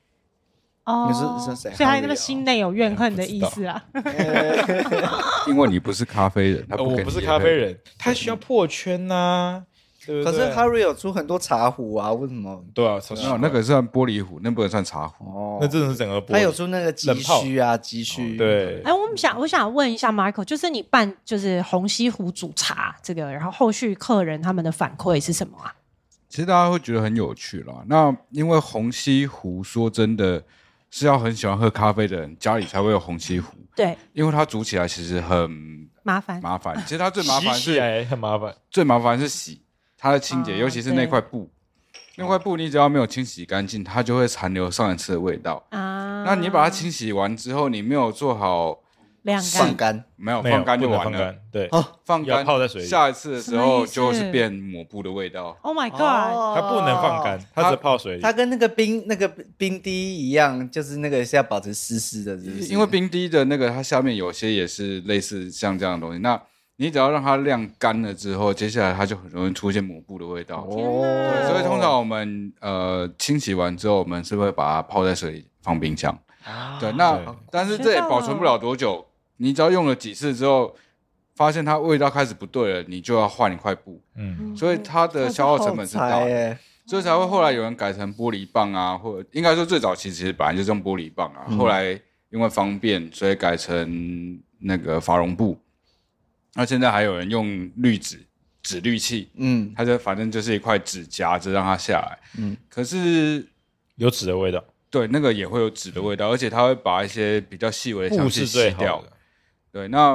Speaker 1: 哦
Speaker 2: 你是是谁
Speaker 1: 所以他那
Speaker 2: 哈利
Speaker 1: 个
Speaker 2: 哦
Speaker 1: 心内有怨恨的意思啊。
Speaker 5: 因为你不是咖啡人，他
Speaker 3: 呃
Speaker 5: 不
Speaker 3: 我
Speaker 5: 跟
Speaker 3: 不是
Speaker 5: 你
Speaker 3: 咖
Speaker 5: 配
Speaker 3: 啡，人，他需要破圈呐、对不
Speaker 2: 可
Speaker 3: 对
Speaker 2: 是 Harry 有出很多茶壶啊，为什么？
Speaker 3: 对啊，
Speaker 5: 没有那个算玻璃壶，那不能算茶壶。
Speaker 2: 哦
Speaker 3: 那真的是整个玻璃
Speaker 2: 他有出那个急需啊，急需，
Speaker 3: 哦对
Speaker 1: 哎，我们想，我想问一下 Marco，就是你办就是红西湖煮茶这个，然后后续客人他们的反馈是什么啊？
Speaker 5: 其实大家会觉得很有趣啦。那因为红西湖，说真的是要很喜欢喝咖啡的人，家里才会有红西湖，
Speaker 1: 对，
Speaker 5: 因为它煮起来其实很
Speaker 1: 麻烦。
Speaker 5: 麻烦。其实它最麻烦
Speaker 3: 洗起
Speaker 5: 是
Speaker 3: 来很麻烦，
Speaker 5: 最麻烦是洗它的清洁，
Speaker 1: 哦
Speaker 5: 尤其是那块布，那块布你只要没有清洗干净，它就会残留上一次的味道。
Speaker 1: 啊，
Speaker 5: 那你把它清洗完之后，你没有做好，
Speaker 1: 晾
Speaker 2: 上
Speaker 1: 干，
Speaker 2: 干
Speaker 5: 没有
Speaker 3: 没有
Speaker 5: 放干就
Speaker 3: 不能
Speaker 5: 完
Speaker 3: 放
Speaker 5: 了，
Speaker 3: 干，对，
Speaker 2: 哦
Speaker 5: 放
Speaker 3: 要
Speaker 5: 干
Speaker 3: 泡在水里
Speaker 5: 下一次的时候
Speaker 1: 什么
Speaker 5: 就
Speaker 1: 意思
Speaker 5: 是变抹布的味道。
Speaker 1: Oh my God！
Speaker 2: 哦
Speaker 3: 它不能放干，它只泡水里
Speaker 2: 它。跟那个冰那个冰滴一样，就是那个是要保持湿湿的，是不是？
Speaker 5: 因为冰滴的那个，它下面有些也是类似像这样的东西。那你只要让它晾干了之后，接下来它就很容易出现抹布的味道。
Speaker 2: 哦
Speaker 1: 哪
Speaker 5: 对所以通常我们呃清洗完之后，我们是会把它泡在水里放冰箱。
Speaker 2: 啊
Speaker 5: 对，
Speaker 3: 对
Speaker 5: 那但是这也
Speaker 1: 学到了
Speaker 5: 保存不了多久。你只要用了几次之后，发现它味道开始不对了，你就要换一块布。
Speaker 3: 嗯，
Speaker 5: 所以它的消耗成本是大
Speaker 2: 好
Speaker 5: 的
Speaker 2: 才。耶，
Speaker 5: 所以才会后来有人改成玻璃棒啊，或者应该说最早其实本来就是用玻璃棒啊，后来因为方便，所以改成那个法绒布。那现在还有人用滤纸纸滤器，
Speaker 2: 嗯，
Speaker 5: 它就反正就是一块纸夹着让它下来。嗯
Speaker 2: 嗯，
Speaker 5: 可是
Speaker 3: 有纸的味道，
Speaker 5: 对那个也会有纸的味道，而且它会把一些比较细微的香
Speaker 3: 不
Speaker 5: 气
Speaker 3: 是
Speaker 5: 洗
Speaker 3: 最
Speaker 5: 掉
Speaker 3: 好的。。
Speaker 5: 对，那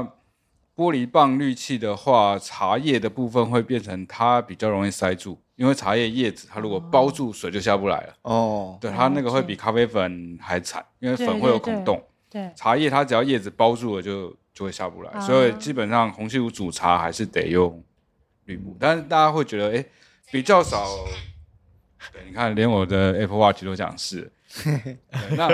Speaker 5: 玻璃棒滤器的话，茶叶的部分会变成它比较容易塞住，因为茶叶叶子它如果包住水就下不来了。
Speaker 2: 哦，
Speaker 1: 哦
Speaker 5: 对，
Speaker 1: 了
Speaker 5: 它那个会
Speaker 1: 解
Speaker 5: 比咖啡粉还惨，因为
Speaker 1: 对
Speaker 5: 粉
Speaker 1: 对
Speaker 5: 会有
Speaker 1: 对
Speaker 5: 孔洞。
Speaker 1: 对，
Speaker 5: 茶叶它只要叶子包住了就就会下不来，
Speaker 1: 啊
Speaker 5: 所以基本上红西湖煮茶还是得用绿布。但是大家会觉得，哎、比较少。对，你看，连我的 Apple Watch 都想试。对那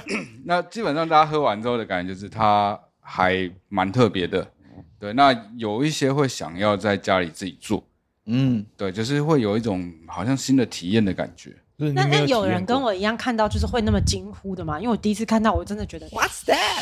Speaker 5: 那基本上大家喝完之后的感觉就是它还蛮特别的。对，那有一些会想要在家里自己做，
Speaker 2: 嗯，
Speaker 5: 对，就是会有一种好像新的体验的感觉。
Speaker 3: 就是你
Speaker 1: 那
Speaker 3: 没
Speaker 1: 那
Speaker 3: 体
Speaker 1: 有
Speaker 3: 验
Speaker 1: 人
Speaker 3: 过
Speaker 1: 跟我一样看到就是会那么惊呼的吗？因为我第一次看到，我真的觉得哇，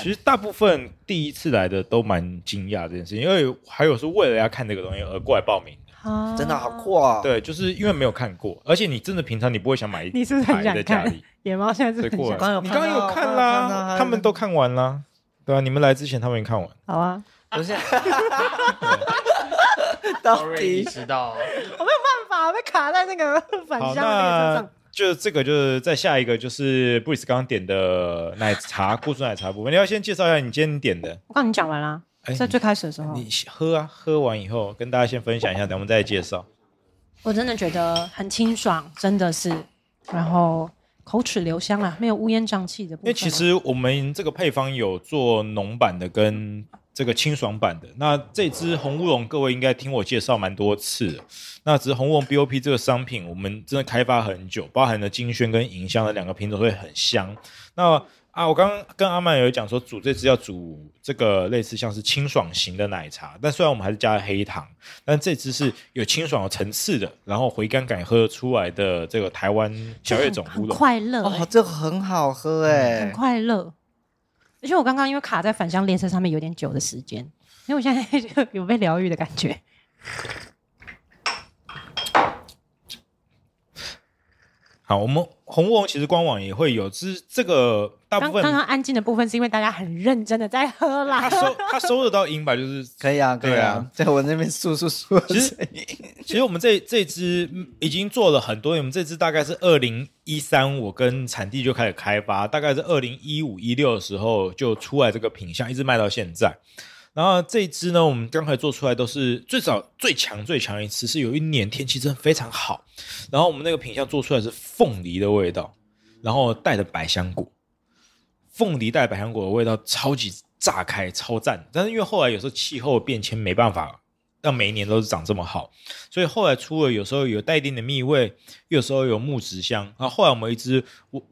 Speaker 3: 其实大部分第一次来的都蛮惊讶这件事情，因为还有是为了要看这个东西而过来报名的。
Speaker 1: 啊
Speaker 2: 真的好酷啊，
Speaker 3: 对，就是因为没有看过，而且你真的平常你不会想买一
Speaker 1: 你是不是很
Speaker 3: 台
Speaker 1: 想
Speaker 3: 在家
Speaker 1: 看
Speaker 3: 里，
Speaker 1: 野猫现在是
Speaker 3: 所以
Speaker 1: 很
Speaker 3: 过
Speaker 1: 想
Speaker 3: 来
Speaker 2: 刚刚有
Speaker 3: 你
Speaker 2: 看
Speaker 3: 刚刚
Speaker 2: 到刚刚有
Speaker 3: 有看
Speaker 2: 看到
Speaker 3: 啦，
Speaker 2: 他
Speaker 3: 他们都看完啦，对啊，你们来之前他们也看完，
Speaker 1: 好啊，
Speaker 2: 不是，到
Speaker 4: 瑞
Speaker 2: 底
Speaker 4: 你迟到了，
Speaker 1: 办法被卡在那个反
Speaker 3: 好，
Speaker 1: 向的那个车
Speaker 3: 那
Speaker 1: 上。
Speaker 3: 就这个就是再下一个就是布里斯刚刚点的奶茶固醇奶茶部分，你要先介绍一下你今天点的。
Speaker 1: 我告诉你讲完啦
Speaker 3: 哎，
Speaker 1: 在最开始的时候，
Speaker 3: 你喝啊，喝完以后跟大家先分享一下，等我们再介绍。
Speaker 1: 我真的觉得很清爽，真的是，然后口齿留香啊啦，没有乌烟瘴气的部分。啊
Speaker 3: 因
Speaker 1: 哦
Speaker 3: 为其实我们这个配方有做浓版的跟这个清爽版的。那这支红乌龙，各位应该听我介绍蛮多次了。那只是红乌龙 BOP 这个商品，我们真的开发很久，包含了金萱跟银香的两个品种会很香。那啊，我刚刚跟阿曼有讲说，煮这支要煮这个类似像是清爽型的奶茶，但虽然我们还是加了黑糖，但这支是有清爽有层次的，然后回甘感喝得出来的这个台湾小叶种乌
Speaker 1: 很
Speaker 3: 龙。
Speaker 1: 快乐、
Speaker 2: 哦
Speaker 1: 欸，
Speaker 2: 这个很好喝哎
Speaker 1: 很，快乐。而且我刚刚因为卡在反向列车上面有点久的时间，因为我现在 就有被疗愈的感觉。
Speaker 3: 好，我们红乌龙其实官网也会有，只是这个大
Speaker 1: 刚
Speaker 3: 部
Speaker 1: 刚
Speaker 3: 分
Speaker 1: 刚安静的部分是因为大家很认真的在喝啦
Speaker 3: 他。收他收得到音 吧，就是
Speaker 2: 可以啊，可以
Speaker 3: 对
Speaker 2: 啊
Speaker 3: 啊，
Speaker 2: 在我那边簌簌簌
Speaker 3: 其
Speaker 2: 的
Speaker 3: 实
Speaker 2: 声音，
Speaker 3: 其实我们这这支嗯已经做了很多年，我们这支大概是二零一三，我跟产地就开始开发，大概是二零一五一六的时候就出来这个品相，一直卖到现在。然后这一支呢，我们刚才做出来都是最早最强最强一次是有一年天气真的非常好，然后我们那个品相做出来是凤梨的味道，然后带着百香果，凤梨带百香果的味道超级炸开，超赞。但是因为后来有时候气候变迁没办法让每一年都是长这么好，所以后来出了有时候有带一定的蜜味，有时候有木质香。然后后来我们一直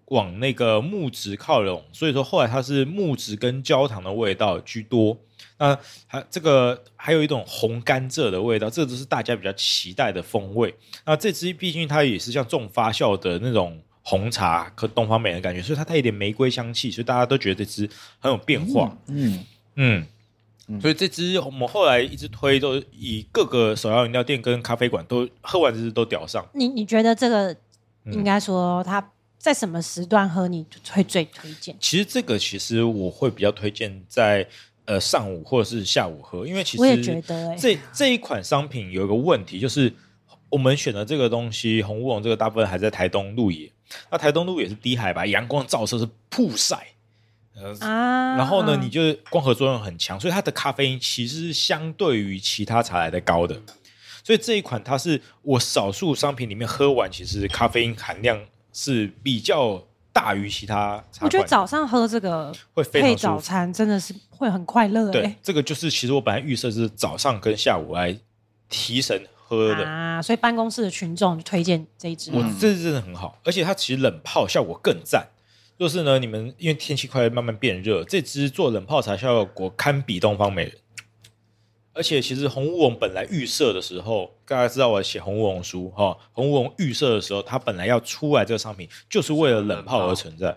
Speaker 3: 往那个木质靠拢，所以说后来它是木质跟焦糖的味道居多。那还这个还有一种红甘蔗的味道，这都是大家比较期待的风味。那这支毕竟它也是像重发酵的那种红茶和东方美人的感觉，所以它带一点玫瑰香气，所以大家都觉得这支很有变化。
Speaker 2: 嗯，
Speaker 3: 嗯，所以这支我们后来一直推，都以各个手摇饮料店跟咖啡馆都喝完这支都屌上。
Speaker 1: 你你觉得这个
Speaker 3: 嗯
Speaker 1: 应该说它在什么时段喝你会最推荐？
Speaker 3: 其实这个其实我会比较推荐在呃上午或者是下午喝，因为其实
Speaker 1: 我也觉得欸
Speaker 3: 这这一款商品有一个问题，就是我们选的这个东西红乌龙这个大部分还在台东路野，那台东路野是低海拔，阳光照射是曝晒，呃，
Speaker 1: 啊，
Speaker 3: 然后呢，你就是光合作用很强，所以它的咖啡因其实是相对于其他茶来的高的。所以这一款它是我少数商品里面喝完，其实咖啡因含量是比较大于其他茶款的。
Speaker 1: 我觉得早上喝这个
Speaker 3: 会非常
Speaker 1: 配
Speaker 3: 舒服
Speaker 1: 早餐真的是会很快乐
Speaker 3: 对
Speaker 1: 哎、
Speaker 3: 这个就是其实我本来预设是早上跟下午来提神喝的，
Speaker 1: 啊，所以办公室的群众就推荐这一支。
Speaker 3: 我
Speaker 4: 嗯
Speaker 3: 这支真的很好，而且它其实冷泡效果更赞。就是呢，你们因为天气快慢慢变热，这支做冷泡茶效果堪比东方美人。而且其实红乌龙本来预设的时候，大家知道我写红乌龙书哈、红乌龙预设的时候，它本来要出来这个商品，就是为了冷泡而存在，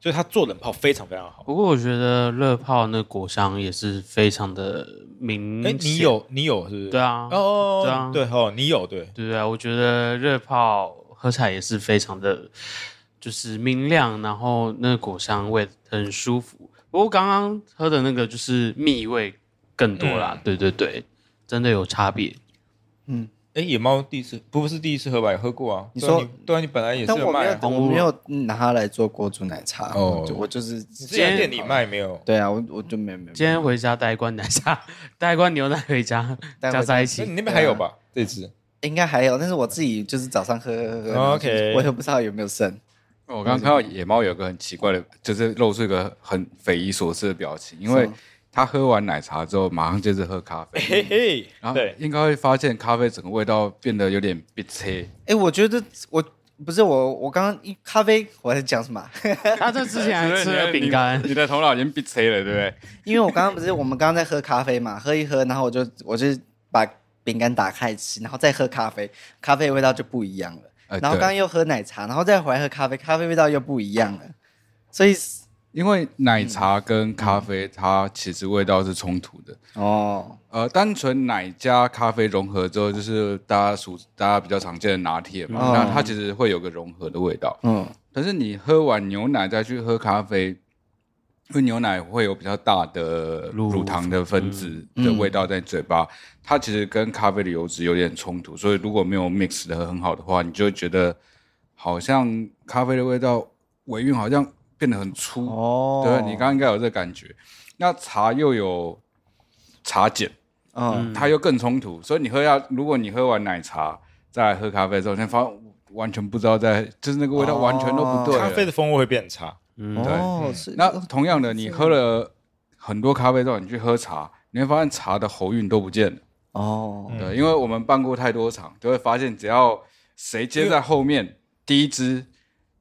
Speaker 3: 所以它做冷泡非常非常好。
Speaker 4: 不过我觉得热泡那果香也是非常的明
Speaker 3: 哎、
Speaker 4: 显。
Speaker 3: 你有你有是不是？
Speaker 4: 嗯对啊
Speaker 3: 哦，
Speaker 4: 对啊
Speaker 3: 对哦，你有对，
Speaker 4: 对啊，我觉得热泡喝起来也是非常的，就是明亮，然后那个果香味很舒服。不过刚刚喝的那个就是蜜味更多啦，对对对，嗯真的有差别。
Speaker 6: 哎，野猫第一次不是第一次喝吧？也喝过啊。
Speaker 2: 你
Speaker 6: 对啊
Speaker 2: 说
Speaker 6: 对啊，你本来也是
Speaker 2: 但
Speaker 6: 有
Speaker 2: 我没
Speaker 6: 卖
Speaker 2: 有
Speaker 6: 啊，，
Speaker 4: 红乌
Speaker 2: 我
Speaker 4: 龙
Speaker 2: 没有拿它来做锅煮奶茶，
Speaker 5: 哦
Speaker 2: 我就我就是，
Speaker 6: 你之前店里卖没有？
Speaker 2: 对啊，我我就没有没有，
Speaker 4: 今天回家带一罐奶茶， 带一罐牛奶回家，
Speaker 2: 带回
Speaker 4: 加
Speaker 2: 家
Speaker 6: 那
Speaker 4: 在一
Speaker 6: 你
Speaker 4: 起。
Speaker 6: 那边还有吧？这
Speaker 3: 啊
Speaker 6: 支
Speaker 2: 应该还有，但是我自己就是早上喝喝喝
Speaker 5: 哦
Speaker 2: 喝
Speaker 3: OK
Speaker 2: 然后就我也不知道有没有剩，
Speaker 5: 我刚刚看到野猫有个很奇怪的，就是露出一个很匪夷所思的表情，因为
Speaker 2: 是吗
Speaker 5: 他喝完奶茶之后，马上接着喝咖
Speaker 3: 嘿
Speaker 5: 啡，
Speaker 3: 嘿
Speaker 5: 然，后
Speaker 3: 对，
Speaker 5: 应该会发现咖啡整个味道变得有点逼切。
Speaker 2: 哎，我觉得我不是我，我刚刚一咖啡我在讲什么 啊？
Speaker 4: 他这之前还吃了饼干
Speaker 5: 你，你的头脑已经逼切了，对不对？
Speaker 2: 因为我刚刚不是我们刚刚在喝咖啡嘛，喝一喝，然后我就我就把饼干打开吃，然后再喝咖啡，咖啡的味道就不一样了。
Speaker 5: 呃
Speaker 2: 然后
Speaker 5: 对
Speaker 2: 刚刚又喝奶茶，然后再回来喝咖啡，咖啡味道又不一样了。所以
Speaker 5: 因为奶茶跟咖啡它其实味道是冲突的。
Speaker 2: 哦，
Speaker 5: 呃，单纯奶加咖啡融合之后，就是大家熟大家比较常见的拿铁嘛，
Speaker 2: 嗯
Speaker 5: 那它其实会有个融合的味道。
Speaker 2: 嗯，
Speaker 5: 可是你喝完牛奶再去喝咖啡，因为牛奶会有比较大的
Speaker 4: 乳
Speaker 5: 乳糖的分子的味道在嘴巴，它其实跟咖啡的油脂有点冲突，所以如果没有 mix 的很好的话，你就会觉得好像咖啡的味道尾韵好像变得很粗。
Speaker 2: 哦
Speaker 5: 对你刚刚应该有这个感觉。那茶又有茶碱，
Speaker 2: 嗯
Speaker 5: 它又更冲突，所以你喝下，如果你喝完奶茶再来喝咖啡之后，你会发现完全不知道在，就是那个味道完全都不对了。
Speaker 3: 咖啡的风味会变差。
Speaker 4: 嗯，
Speaker 2: 哦，是
Speaker 5: 那同样的，你喝了很多咖啡之后，你去喝茶，你会发现茶的喉韵都不见了。
Speaker 2: 哦，
Speaker 3: 嗯
Speaker 5: 对，因为我们办过太多场，就会发现只要谁接在后面第一支，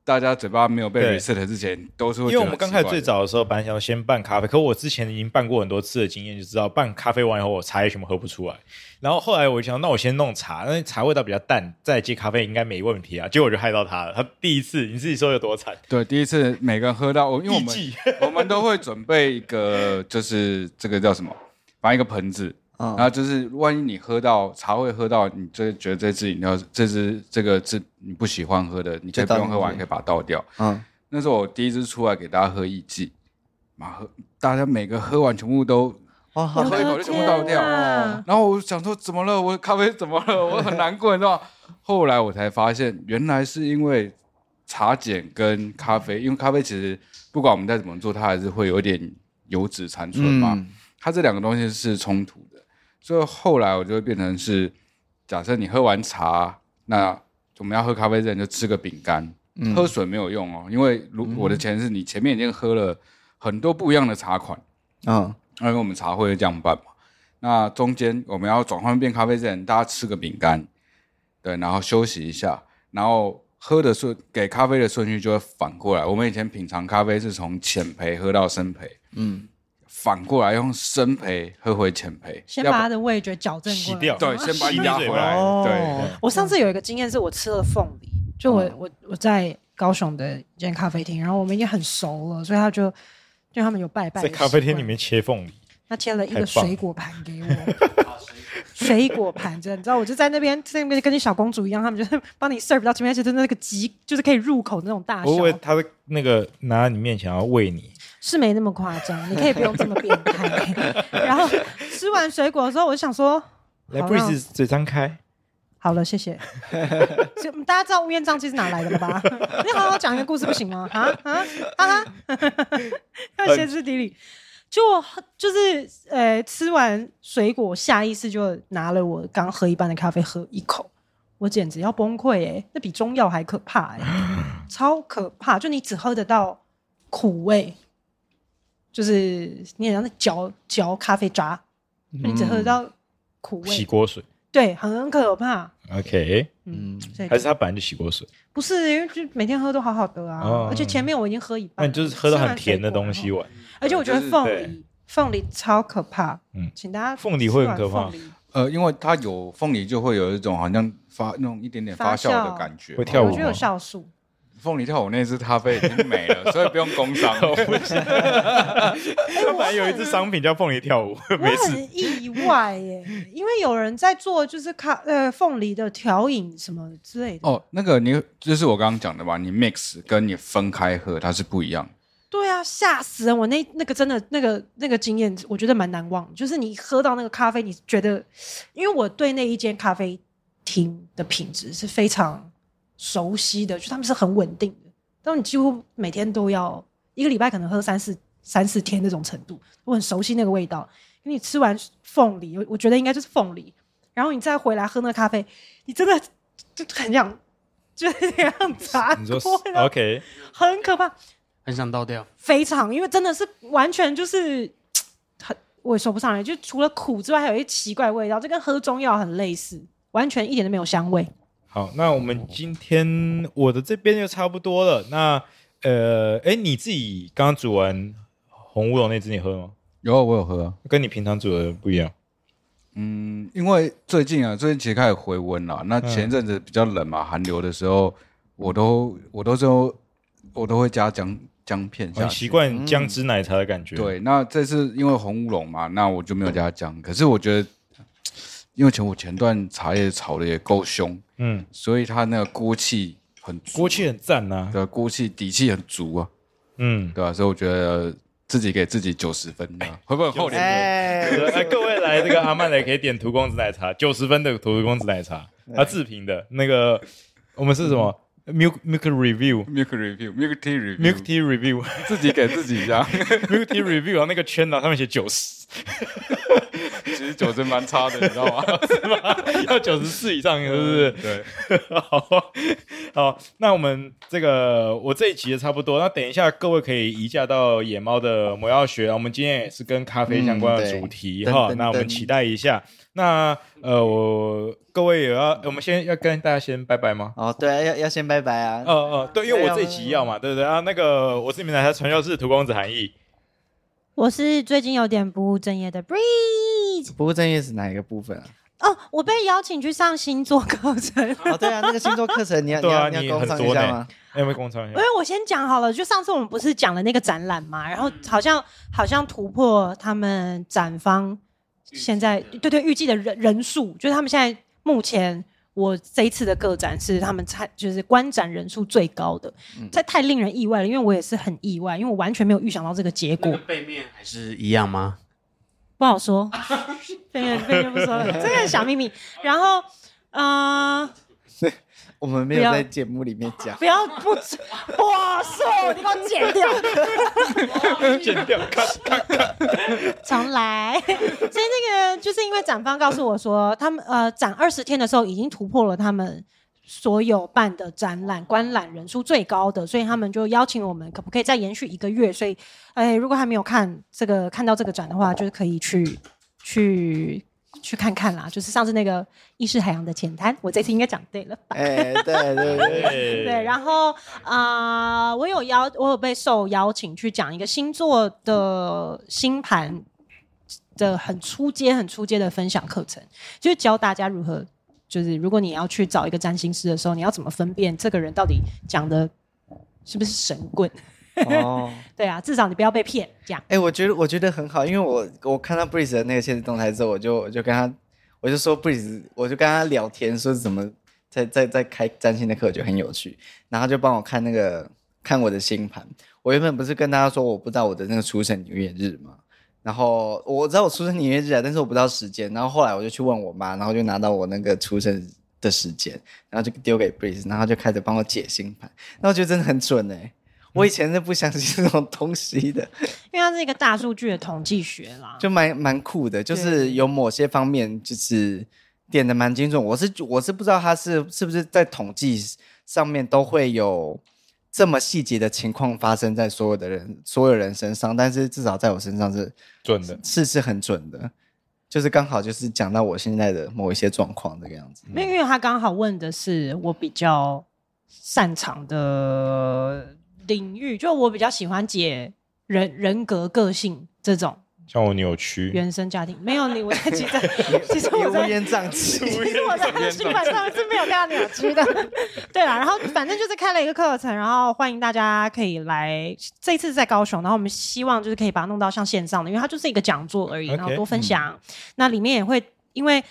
Speaker 5: 大家嘴巴没有被
Speaker 3: 对
Speaker 5: reset 之前，都是会
Speaker 3: 因
Speaker 5: 觉
Speaker 3: 为我
Speaker 5: 得
Speaker 3: 们刚开始最
Speaker 5: 奇怪的
Speaker 3: 早的时候，本来想要先办咖啡，可我之前已经办过很多次的经验，就知道办咖啡完以后，我茶也全部喝不出来。然后后来我就想，那我先弄茶，那茶味道比较淡，再接咖啡应该没问题
Speaker 6: 嗯
Speaker 3: 啊。结果我就害到他了，他第一次，你自己说有多惨？
Speaker 5: 对第一次每个人喝到，我因为我
Speaker 3: 艺
Speaker 5: 们
Speaker 3: 伎
Speaker 5: 我们都会准备一个，就是这个叫什么，反正一个盆子，
Speaker 2: 嗯
Speaker 5: 然后就是万一你喝到茶会喝到，你就觉得这支饮料这支这个是你不喜欢喝的，你可
Speaker 2: 就
Speaker 5: 以
Speaker 2: 倒
Speaker 5: 不用喝
Speaker 2: 进
Speaker 5: 完，
Speaker 2: 去
Speaker 5: 可以把它倒掉。
Speaker 2: 嗯，
Speaker 5: 那时候我第一支出来给大家喝一剂，嘛喝大家每个喝完全部都，
Speaker 2: 哇，哦好
Speaker 5: 我喝一口就全部倒
Speaker 1: 我
Speaker 5: 掉
Speaker 1: 的天哪啊
Speaker 5: 然后我想说怎么了？我的咖啡怎么了？ 我很难过，你知道吗？后来我才发现，原来是因为茶碱跟咖啡，因为咖啡其实不管我们再怎么做，它还是会有一点油脂残存嘛。
Speaker 2: 嗯
Speaker 5: 它这两个东西是冲突的，所以后来我就会变成是，假设你喝完茶，那我们要喝咖啡之前就吃个饼干，
Speaker 2: 嗯
Speaker 5: 喝水没有用哦，因为如我的前提是你前面已经喝了很多不一样的茶款，
Speaker 2: 嗯
Speaker 5: 因为我们茶会这样办嘛。那中间我们要转换变咖啡之前，大家吃个饼干，对，然后休息一下，然后喝的顺给咖啡的顺序就会反过来。我们以前品尝咖啡是从浅焙喝到深焙，
Speaker 2: 嗯，
Speaker 5: 反过来用深焙喝回浅焙，
Speaker 1: 先
Speaker 5: 要
Speaker 1: 把
Speaker 5: 不
Speaker 1: 它的味觉矫正过
Speaker 3: 洗
Speaker 1: 来。
Speaker 3: 掉
Speaker 5: 对，先把
Speaker 3: 吸
Speaker 5: 你压
Speaker 3: 嘴
Speaker 5: 回
Speaker 3: 巴
Speaker 5: 来，对，
Speaker 1: 我上次有一个经验是我吃了凤梨，就我、
Speaker 3: 嗯
Speaker 1: 我我在高雄的一间咖啡厅，然后我们已经很熟了，所以他就就他们有拜拜
Speaker 3: 在
Speaker 1: 的
Speaker 3: 咖啡
Speaker 1: 习
Speaker 3: 厅
Speaker 1: 惯
Speaker 3: 里，面切凤梨，
Speaker 1: 他切了一个
Speaker 3: 太棒
Speaker 1: 水果盘给我。水果盘真的，你知道，我就在那边，在那边跟小公主一样，他们就是帮你 serve 到前面，而且真的那个极，就是可以入口那种大小
Speaker 3: 我，以为他的那个拿你面前要喂你，
Speaker 1: 是没那么夸张，你可以不用这么变 态。然后吃完水果的时候，我就想说，
Speaker 3: 来
Speaker 1: 好
Speaker 3: b r
Speaker 1: 让
Speaker 3: e e 嘴张开，
Speaker 1: 好了，谢谢。就大家知道乌烟瘴气是哪来的了吧？你好好讲一个故事不行吗？啊啊啊！要歇斯底里。就我就是呃，吃完水果，下意识就拿了我刚喝一半的咖啡喝一口，我简直要崩溃哎、那比中药还可怕哎、超可怕！就你只喝得到苦味，就是你好像在嚼嚼咖啡渣，就你只喝得到苦
Speaker 3: 洗
Speaker 1: 味，
Speaker 3: 锅水。
Speaker 1: 对，很可怕。
Speaker 3: OK，
Speaker 1: 嗯，所以
Speaker 3: 还是他本来就洗锅水，
Speaker 1: 不是，因为就每天喝都好好的啊，
Speaker 3: 哦
Speaker 1: 而且前面我已经喝一半了，
Speaker 3: 那你就是喝到很甜的东
Speaker 1: 吃
Speaker 3: 西
Speaker 1: 完水果
Speaker 3: 玩。
Speaker 1: 然后，而且我觉
Speaker 5: 就
Speaker 1: 得
Speaker 5: 是
Speaker 1: 凤
Speaker 3: 对
Speaker 1: 梨，凤梨超可怕，
Speaker 3: 嗯
Speaker 1: 嗯，请大家
Speaker 3: 凤梨会很可怕
Speaker 1: 吃完凤梨
Speaker 5: 呃，因为它有凤梨就会有一种好像发那种一点点发酵的感觉，
Speaker 3: 发酵会跳舞
Speaker 1: 我觉得
Speaker 3: 吗
Speaker 1: 有酵素，
Speaker 5: 凤梨跳舞那只咖啡已经没了，所以不用工伤。
Speaker 3: 他本来有一只商品叫凤梨跳舞，
Speaker 1: 我
Speaker 3: 没事。
Speaker 1: 很意外耶，因为有人在做就是咖呃凤梨的调饮什么之类的，
Speaker 5: 哦，那个你就是我刚刚讲的吧？你 mix 跟你分开喝它是不一样的。
Speaker 1: 对啊，吓死人！我那那个真的那个那个经验，我觉得蛮难忘的。就是你喝到那个咖啡，你觉得，因为我对那一间咖啡厅的品质是非常熟悉的，就他们是很稳定的，但你几乎每天都要一个礼拜可能喝三四三四天那种程度，我很熟悉那个味道。因为你吃完凤梨，我我觉得应该就是凤梨，然后你再回来喝那个咖啡，你真的就就很想就是这样砸
Speaker 3: 你说
Speaker 1: 锅，然后
Speaker 3: OK，
Speaker 1: 很可怕。
Speaker 4: 很想倒掉。
Speaker 1: 非常，因为真的是完全就是很，我也说不上来，就除了苦之外，还有一奇怪的味道，这跟喝中药很类似，完全一点都没有香味。
Speaker 3: 好，那我们今天我的这边就差不多了。那呃，哎，你自己刚刚煮完红乌龙那只你喝了吗？
Speaker 5: 有啊我有喝啊、
Speaker 3: 跟你平常煮的不一样。
Speaker 5: 嗯，因为最近啊，最近其实开始回温了。那前一阵子比较冷嘛，寒流的时候，我都我都是用我都会加姜姜片下
Speaker 3: 很
Speaker 5: 去。
Speaker 3: 习惯姜汁奶茶的感觉。，
Speaker 5: 对，那这次因为红乌龙嘛，那我就没有加姜。可是我觉得，因为前我前段茶叶炒的也够凶，
Speaker 3: 嗯，
Speaker 5: 所以它那个锅气很足
Speaker 3: 锅气很赞呐、
Speaker 5: 对啊，锅气底气很足啊，
Speaker 3: 嗯，
Speaker 5: 对吧、所以我觉得自己给自己九哎十分呢，会不会厚脸皮？
Speaker 2: 哎，
Speaker 3: 哎，各位来这个阿曼的可以点荼公子奶茶，九十分的荼公子奶茶，啊，自评的那个，我们是什么 milk milk review
Speaker 5: milk review milk tea review
Speaker 3: milk tea review
Speaker 5: 自己给自己一下，
Speaker 3: milk tea review，然后那个圈呢上面写九十，
Speaker 5: 其实九十蛮差的，你知道 吗？
Speaker 3: 要九十四以上，是不
Speaker 2: 嗯
Speaker 3: 是？
Speaker 5: 对，
Speaker 3: 好好，那我们这个我这一期也差不多。那等一下各位可以移驾到野猫的魔药学。我们今天也是跟咖啡相关的主题
Speaker 2: 嗯对
Speaker 3: 哈、
Speaker 2: 噔噔
Speaker 3: 那我们
Speaker 2: 噔
Speaker 3: 期待一下。那呃，我各位也要，我们先要跟大家先拜拜吗？
Speaker 2: 哦，对啊，要要先拜拜
Speaker 5: 嗯
Speaker 2: 啊。
Speaker 3: 呃呃，对，因为我这一集要嘛，对不对啊？那个我是闽南台传教士涂公子韩毅，
Speaker 1: 我是最近有点不务正业的 Breeze
Speaker 2: 不过正业是哪一个部分啊？
Speaker 1: 哦，我被邀请去上星座课程，因
Speaker 2: 哦，对啊，那个星座课程你 要你
Speaker 3: 对啊
Speaker 2: 要你
Speaker 3: 你
Speaker 2: 要工商
Speaker 3: 很
Speaker 2: 一
Speaker 3: 多
Speaker 2: 下
Speaker 3: 呢
Speaker 2: 吗？
Speaker 3: 哎有没有共创一下？
Speaker 1: 为我先讲好了，就上次我们不是讲了那个展览嘛，然后好像好像突破他们展方现在对对预计的人人数，就是他们现在目前。我这一次的个展是他们参就是观展人数最高的，这太令人意外了，因为我也是很意外，因为我完全没有预想到这个结
Speaker 4: 那
Speaker 1: 果
Speaker 4: 个。背面还是一样吗？
Speaker 1: 不好说，这个这个不说了，这个小秘密。然后，嗯、
Speaker 2: 我们没
Speaker 1: 不
Speaker 2: 有
Speaker 1: 要
Speaker 2: 在节目里面讲
Speaker 1: 不。要不 知哇塞，你给我剪掉，
Speaker 3: 剪掉，咔咔咔。
Speaker 1: 重来。所以那个就是因为展方告诉我说，他们呃展二十天的时候已经突破了他们。所有办的展览观览人数最高的，所以他们就邀请我们，可不可以再延续一个月？所以，哎，如果还没有看这个看到这个展的话，就是可以去 去去看看啦。就是上次那个意识海洋的浅滩，我这次应该讲对了吧？
Speaker 2: 哎，对对对，
Speaker 1: 对，
Speaker 3: 对
Speaker 1: 然后啊、呃我有邀，我有被受邀请去讲一个星座的星盘的很出街、很出街的分享课程，就是教大家如何，就是如果你要去找一个占星师的时候，你要怎么分辨这个人到底讲的是不是神棍？
Speaker 2: 哦，
Speaker 1: 对啊，至少你不要被骗。这样，
Speaker 2: 哎，我觉得我觉得很好，因为我我看到 Breeze 的那个现实动态之后，我就我就跟他，我就说 Breeze，我就跟他聊天，说怎么在在在开占星的课，我觉得很有趣。然后他就帮我看那个看我的星盘。我原本不是跟大家说我不知道我的那个出生年月日吗？然后我知道我出生年月日啊，但是我不知道时间。然后后来我就去问我妈，然后就拿到我那个出生的时间，然后就丢给 Breeze，然后就开始帮我解星盘。那我觉得真的很准哎、我以前是不相信这种东西的，
Speaker 1: 因为它是一个大数据的统计学啦。
Speaker 2: 就蛮蛮酷的，就是有某些方面就是点的蛮精准。我是我是不知道他是是不是在统计上面都会有这么细节的情况发生在所有的人所有人身上，但是至少在我身上是
Speaker 3: 准的，
Speaker 2: 是是很准的，就是刚好就是讲到我现在的某一些状况这个样子。
Speaker 1: 没有，因为他刚好问的是我比较擅长的领域，就我比较喜欢解人人格、个性这种
Speaker 3: 像我扭曲，
Speaker 1: 原生家庭。没有你，我在其实其实
Speaker 2: 你
Speaker 1: 我
Speaker 2: 乌
Speaker 1: 在。
Speaker 2: 烟瘴 气，
Speaker 1: 其实我在他出版上是没有看到扭曲的，对啦，然后反正就是开了一个课程，然后欢迎大家可以来。这一次是在高雄，然后我们希望就是可以把它弄到像线上的，因为它就是一个讲座而已，
Speaker 3: OK，
Speaker 1: 然后多分享。那里面也会因为。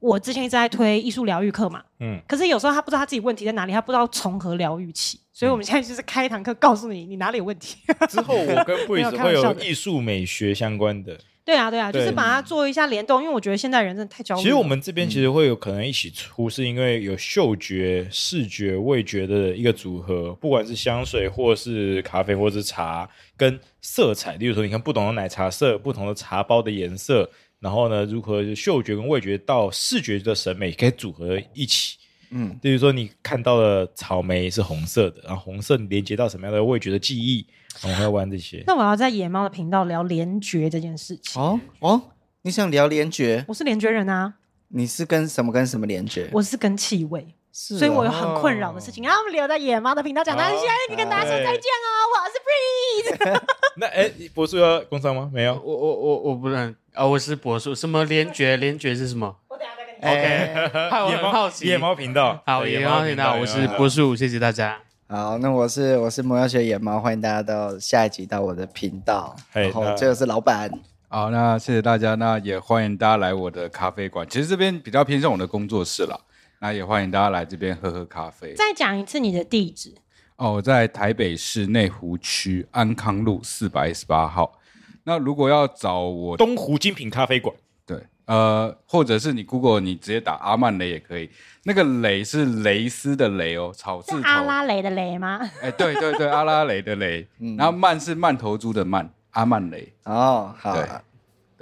Speaker 1: 我之前一直在推艺术疗愈课嘛，
Speaker 3: 嗯，
Speaker 1: 可是有时候他不知道他自己问题在哪里，他不知道从何疗愈起，所以
Speaker 3: 嗯
Speaker 1: 我们现在就是开一堂课，告诉你你哪里有问题。
Speaker 3: 之后我跟 b r
Speaker 1: 没
Speaker 3: e
Speaker 1: 有
Speaker 3: e
Speaker 1: 开
Speaker 3: 会
Speaker 1: 玩笑
Speaker 3: 有
Speaker 1: 的
Speaker 3: 艺术美学相关的，
Speaker 1: 对啊，对啊，
Speaker 3: 对
Speaker 1: 就是把它做一下联动，因为我觉得现在人真的太焦虑了。
Speaker 3: 其实我们这边其实会有可能一起出，是因为有嗅觉、视觉、味觉的一个组合，不管是香水或是咖啡或是茶，跟色彩，例如说你看不同的奶茶色、不同的茶包的颜色，然后呢，如何嗅觉跟味觉到视觉的审美可以组合一起。
Speaker 2: 嗯，
Speaker 3: 例如说你看到的草莓是红色的，然后红色你连接到什么样的味觉的记忆，我们会玩这些。
Speaker 1: 那我要在野猫的频道聊联觉这件事情。
Speaker 2: 哦哦，你想聊联觉？
Speaker 1: 我是联觉人啊，
Speaker 2: 你是跟什么跟什么联觉？
Speaker 1: 我是跟气味，
Speaker 2: 是
Speaker 3: 啊
Speaker 2: 哦
Speaker 1: 所以我有很困扰的事
Speaker 3: 哦
Speaker 1: 情。然后我们留在野猫的频道讲，那
Speaker 3: 好
Speaker 1: 现在跟大家说
Speaker 3: 对
Speaker 1: 再见哦，我是 Bree。
Speaker 3: 那哎，博士要工商吗？没有
Speaker 4: 我。我我我不能啊！我是博士，什么联觉？联觉是什么？
Speaker 1: 我等一下再跟你 讲。
Speaker 2: 哎
Speaker 4: 害我
Speaker 3: 野
Speaker 4: 很
Speaker 3: 猫
Speaker 4: 好奇。
Speaker 3: 野猫频道，
Speaker 4: 好，
Speaker 3: 对
Speaker 4: 野猫频道，我是
Speaker 3: 野猫
Speaker 4: 博叔，谢谢大家。
Speaker 2: 好，那我是我是魔药学野猫，欢迎大家到下一集到我的频道。
Speaker 3: 嘿
Speaker 2: 然后
Speaker 3: 那
Speaker 2: 这个是老板，
Speaker 5: 好，那谢谢大家，那也欢迎大家来我的咖啡馆。其实这边比较偏向我的工作室啦，那也欢迎大家来这边喝喝咖啡。
Speaker 1: 再讲一次你的地址，
Speaker 5: 哦，我在台北市内湖区安康路四百一十八号，那如果要找我
Speaker 3: 东湖精品咖啡馆，
Speaker 5: 对，呃，或者是你 Google 你直接打阿曼雷也可以，那个雷是蕾丝的雷哦，草字
Speaker 1: 是
Speaker 5: 头。
Speaker 1: 阿拉蕾的蕾吗？
Speaker 5: 哎，对对 对，阿拉蕾的蕾，
Speaker 2: 嗯
Speaker 5: 然后曼是曼头猪的曼，阿曼雷。
Speaker 2: 哦，好
Speaker 5: 对
Speaker 2: 啊，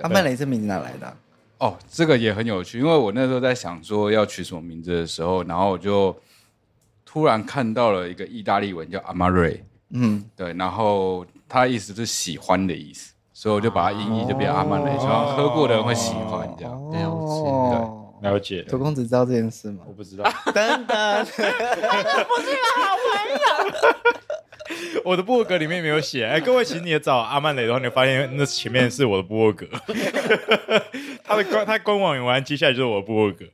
Speaker 2: 阿曼雷这名字哪来的啊？
Speaker 5: 哦，这个也很有趣，因为我那时候在想说要取什么名字的时候，然后我就突然看到了一个意大利文叫阿玛瑞，
Speaker 2: 嗯，
Speaker 5: 对，然后它的意思是喜欢的意思，所以我就把它音译就变阿曼雷，
Speaker 2: 哦
Speaker 5: 所以好像喝过的人会喜欢这样。
Speaker 4: 了解
Speaker 2: 哦，
Speaker 3: 了解
Speaker 2: 涂公子知道这件 事吗
Speaker 3: 我？不知道，
Speaker 2: 等等，
Speaker 3: 我的部落格里面没有写。哎，各位，请你也找阿曼雷的话，你会发现那前面是我的部落格，他的官他官网有完，接下来就是我的部落格。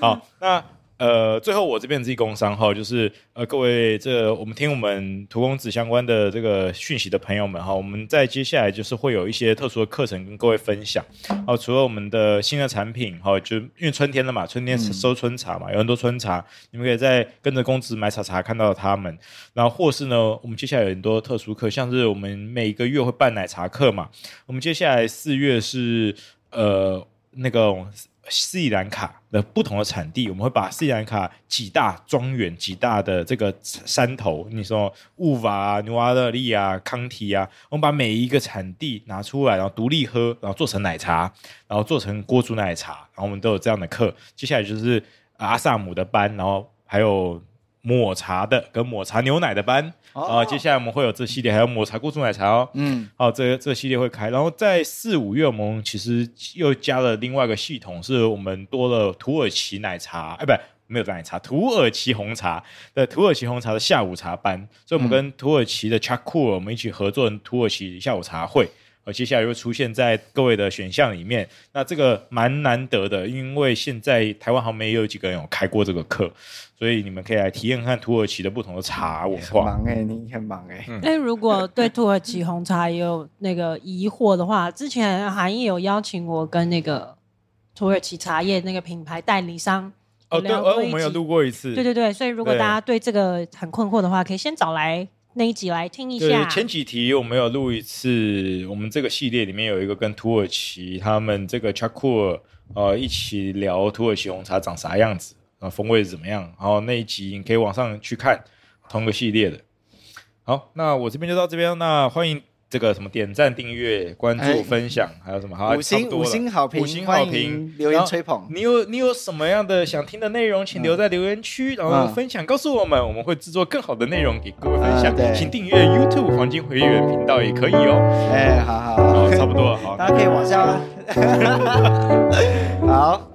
Speaker 3: 好， 那呃，最后我这边自己工商号就是呃，各位这我们听我们涂公子相关的这个讯息的朋友们哈，我们在接下来就是会有一些特殊的课程跟各位分享。哦，除了我们的新的产品哈，就因为春天了嘛，春天收春茶嘛，有很多春茶，你们可以在跟着公子买茶茶看到他们。然后或是呢，我们接下来有很多特殊课，像是我们每个月会办奶茶课嘛，我们接下来四月是呃那个斯里兰卡的不同的产地，我们会把斯里兰卡几大庄园、几大的这个山头，你说乌瓦啊、努瓦勒利啊、康提啊，我们把每一个产地拿出来，然后独立喝，然后做成奶茶，然后做成锅煮奶茶，然后我们都有这样的课。接下来就是阿萨姆的班，然后还有抹茶的跟抹茶牛奶的班，啊、接下来我们会有这系列，还有抹茶锅煮奶茶
Speaker 2: 哦
Speaker 3: 哦。
Speaker 2: 嗯，
Speaker 3: 好，这个这个系列会开，然后在四五月，我们其实又加了另外一个系统，是我们多了土耳其奶茶，哎，不，没有奶茶，土耳其红茶的土耳其红茶的下午茶班，所以我们跟土耳其的 Chakur 我们一起合作土耳其下午茶会。呃，接下来会出现在各位的选项里面，那这个蛮难得的，因为现在台湾好像也有几个人有开过这个课，所以你们可以来体验看土耳其的不同的茶文
Speaker 2: 很
Speaker 3: 化。嗯
Speaker 2: 忙哎，你很忙哎，
Speaker 1: 哎，如果对土耳其红茶也有那个疑惑的话，之前韩毅有邀请我跟那个土耳其茶叶那个品牌代理商
Speaker 3: 哦，对，
Speaker 1: 聊
Speaker 3: 呃，
Speaker 1: 过
Speaker 3: 我
Speaker 1: 一
Speaker 3: 们有
Speaker 1: 集
Speaker 3: 录过一次，
Speaker 1: 对对对，所以如果
Speaker 3: 对
Speaker 1: 大家对这个很困惑的话，可以先找来那一集来听一
Speaker 3: 对
Speaker 1: 下。
Speaker 3: 前几题我们有录一次，我们这个系列里面有一个跟土耳其他们这个 Chakur 呃一起聊土耳其红茶长啥样子，啊风味是怎么样，然后那一集你可以往上去看，同个系列的。好，那我这边就到这边，那欢迎这个什么点赞、订阅、关注、
Speaker 2: 哎
Speaker 3: 分享，还有什么好
Speaker 2: 五
Speaker 3: 差
Speaker 2: 星
Speaker 3: 不多
Speaker 2: 五
Speaker 3: 了
Speaker 2: 星好评，
Speaker 3: 五星好
Speaker 2: 欢
Speaker 3: 评
Speaker 2: 迎，留言吹捧，
Speaker 3: 你有你有什么样的想听的内容，请留在留言区，然后
Speaker 2: 嗯
Speaker 3: 分享告诉我们，我们会制作更好的内容给各位分享
Speaker 2: 啊。对
Speaker 3: 请订阅 YouTube 黄金回员频道也可以哦。
Speaker 2: 哎，好好
Speaker 3: 好，
Speaker 2: 好，
Speaker 3: 差不多了，好，
Speaker 2: 大家可以往下，好，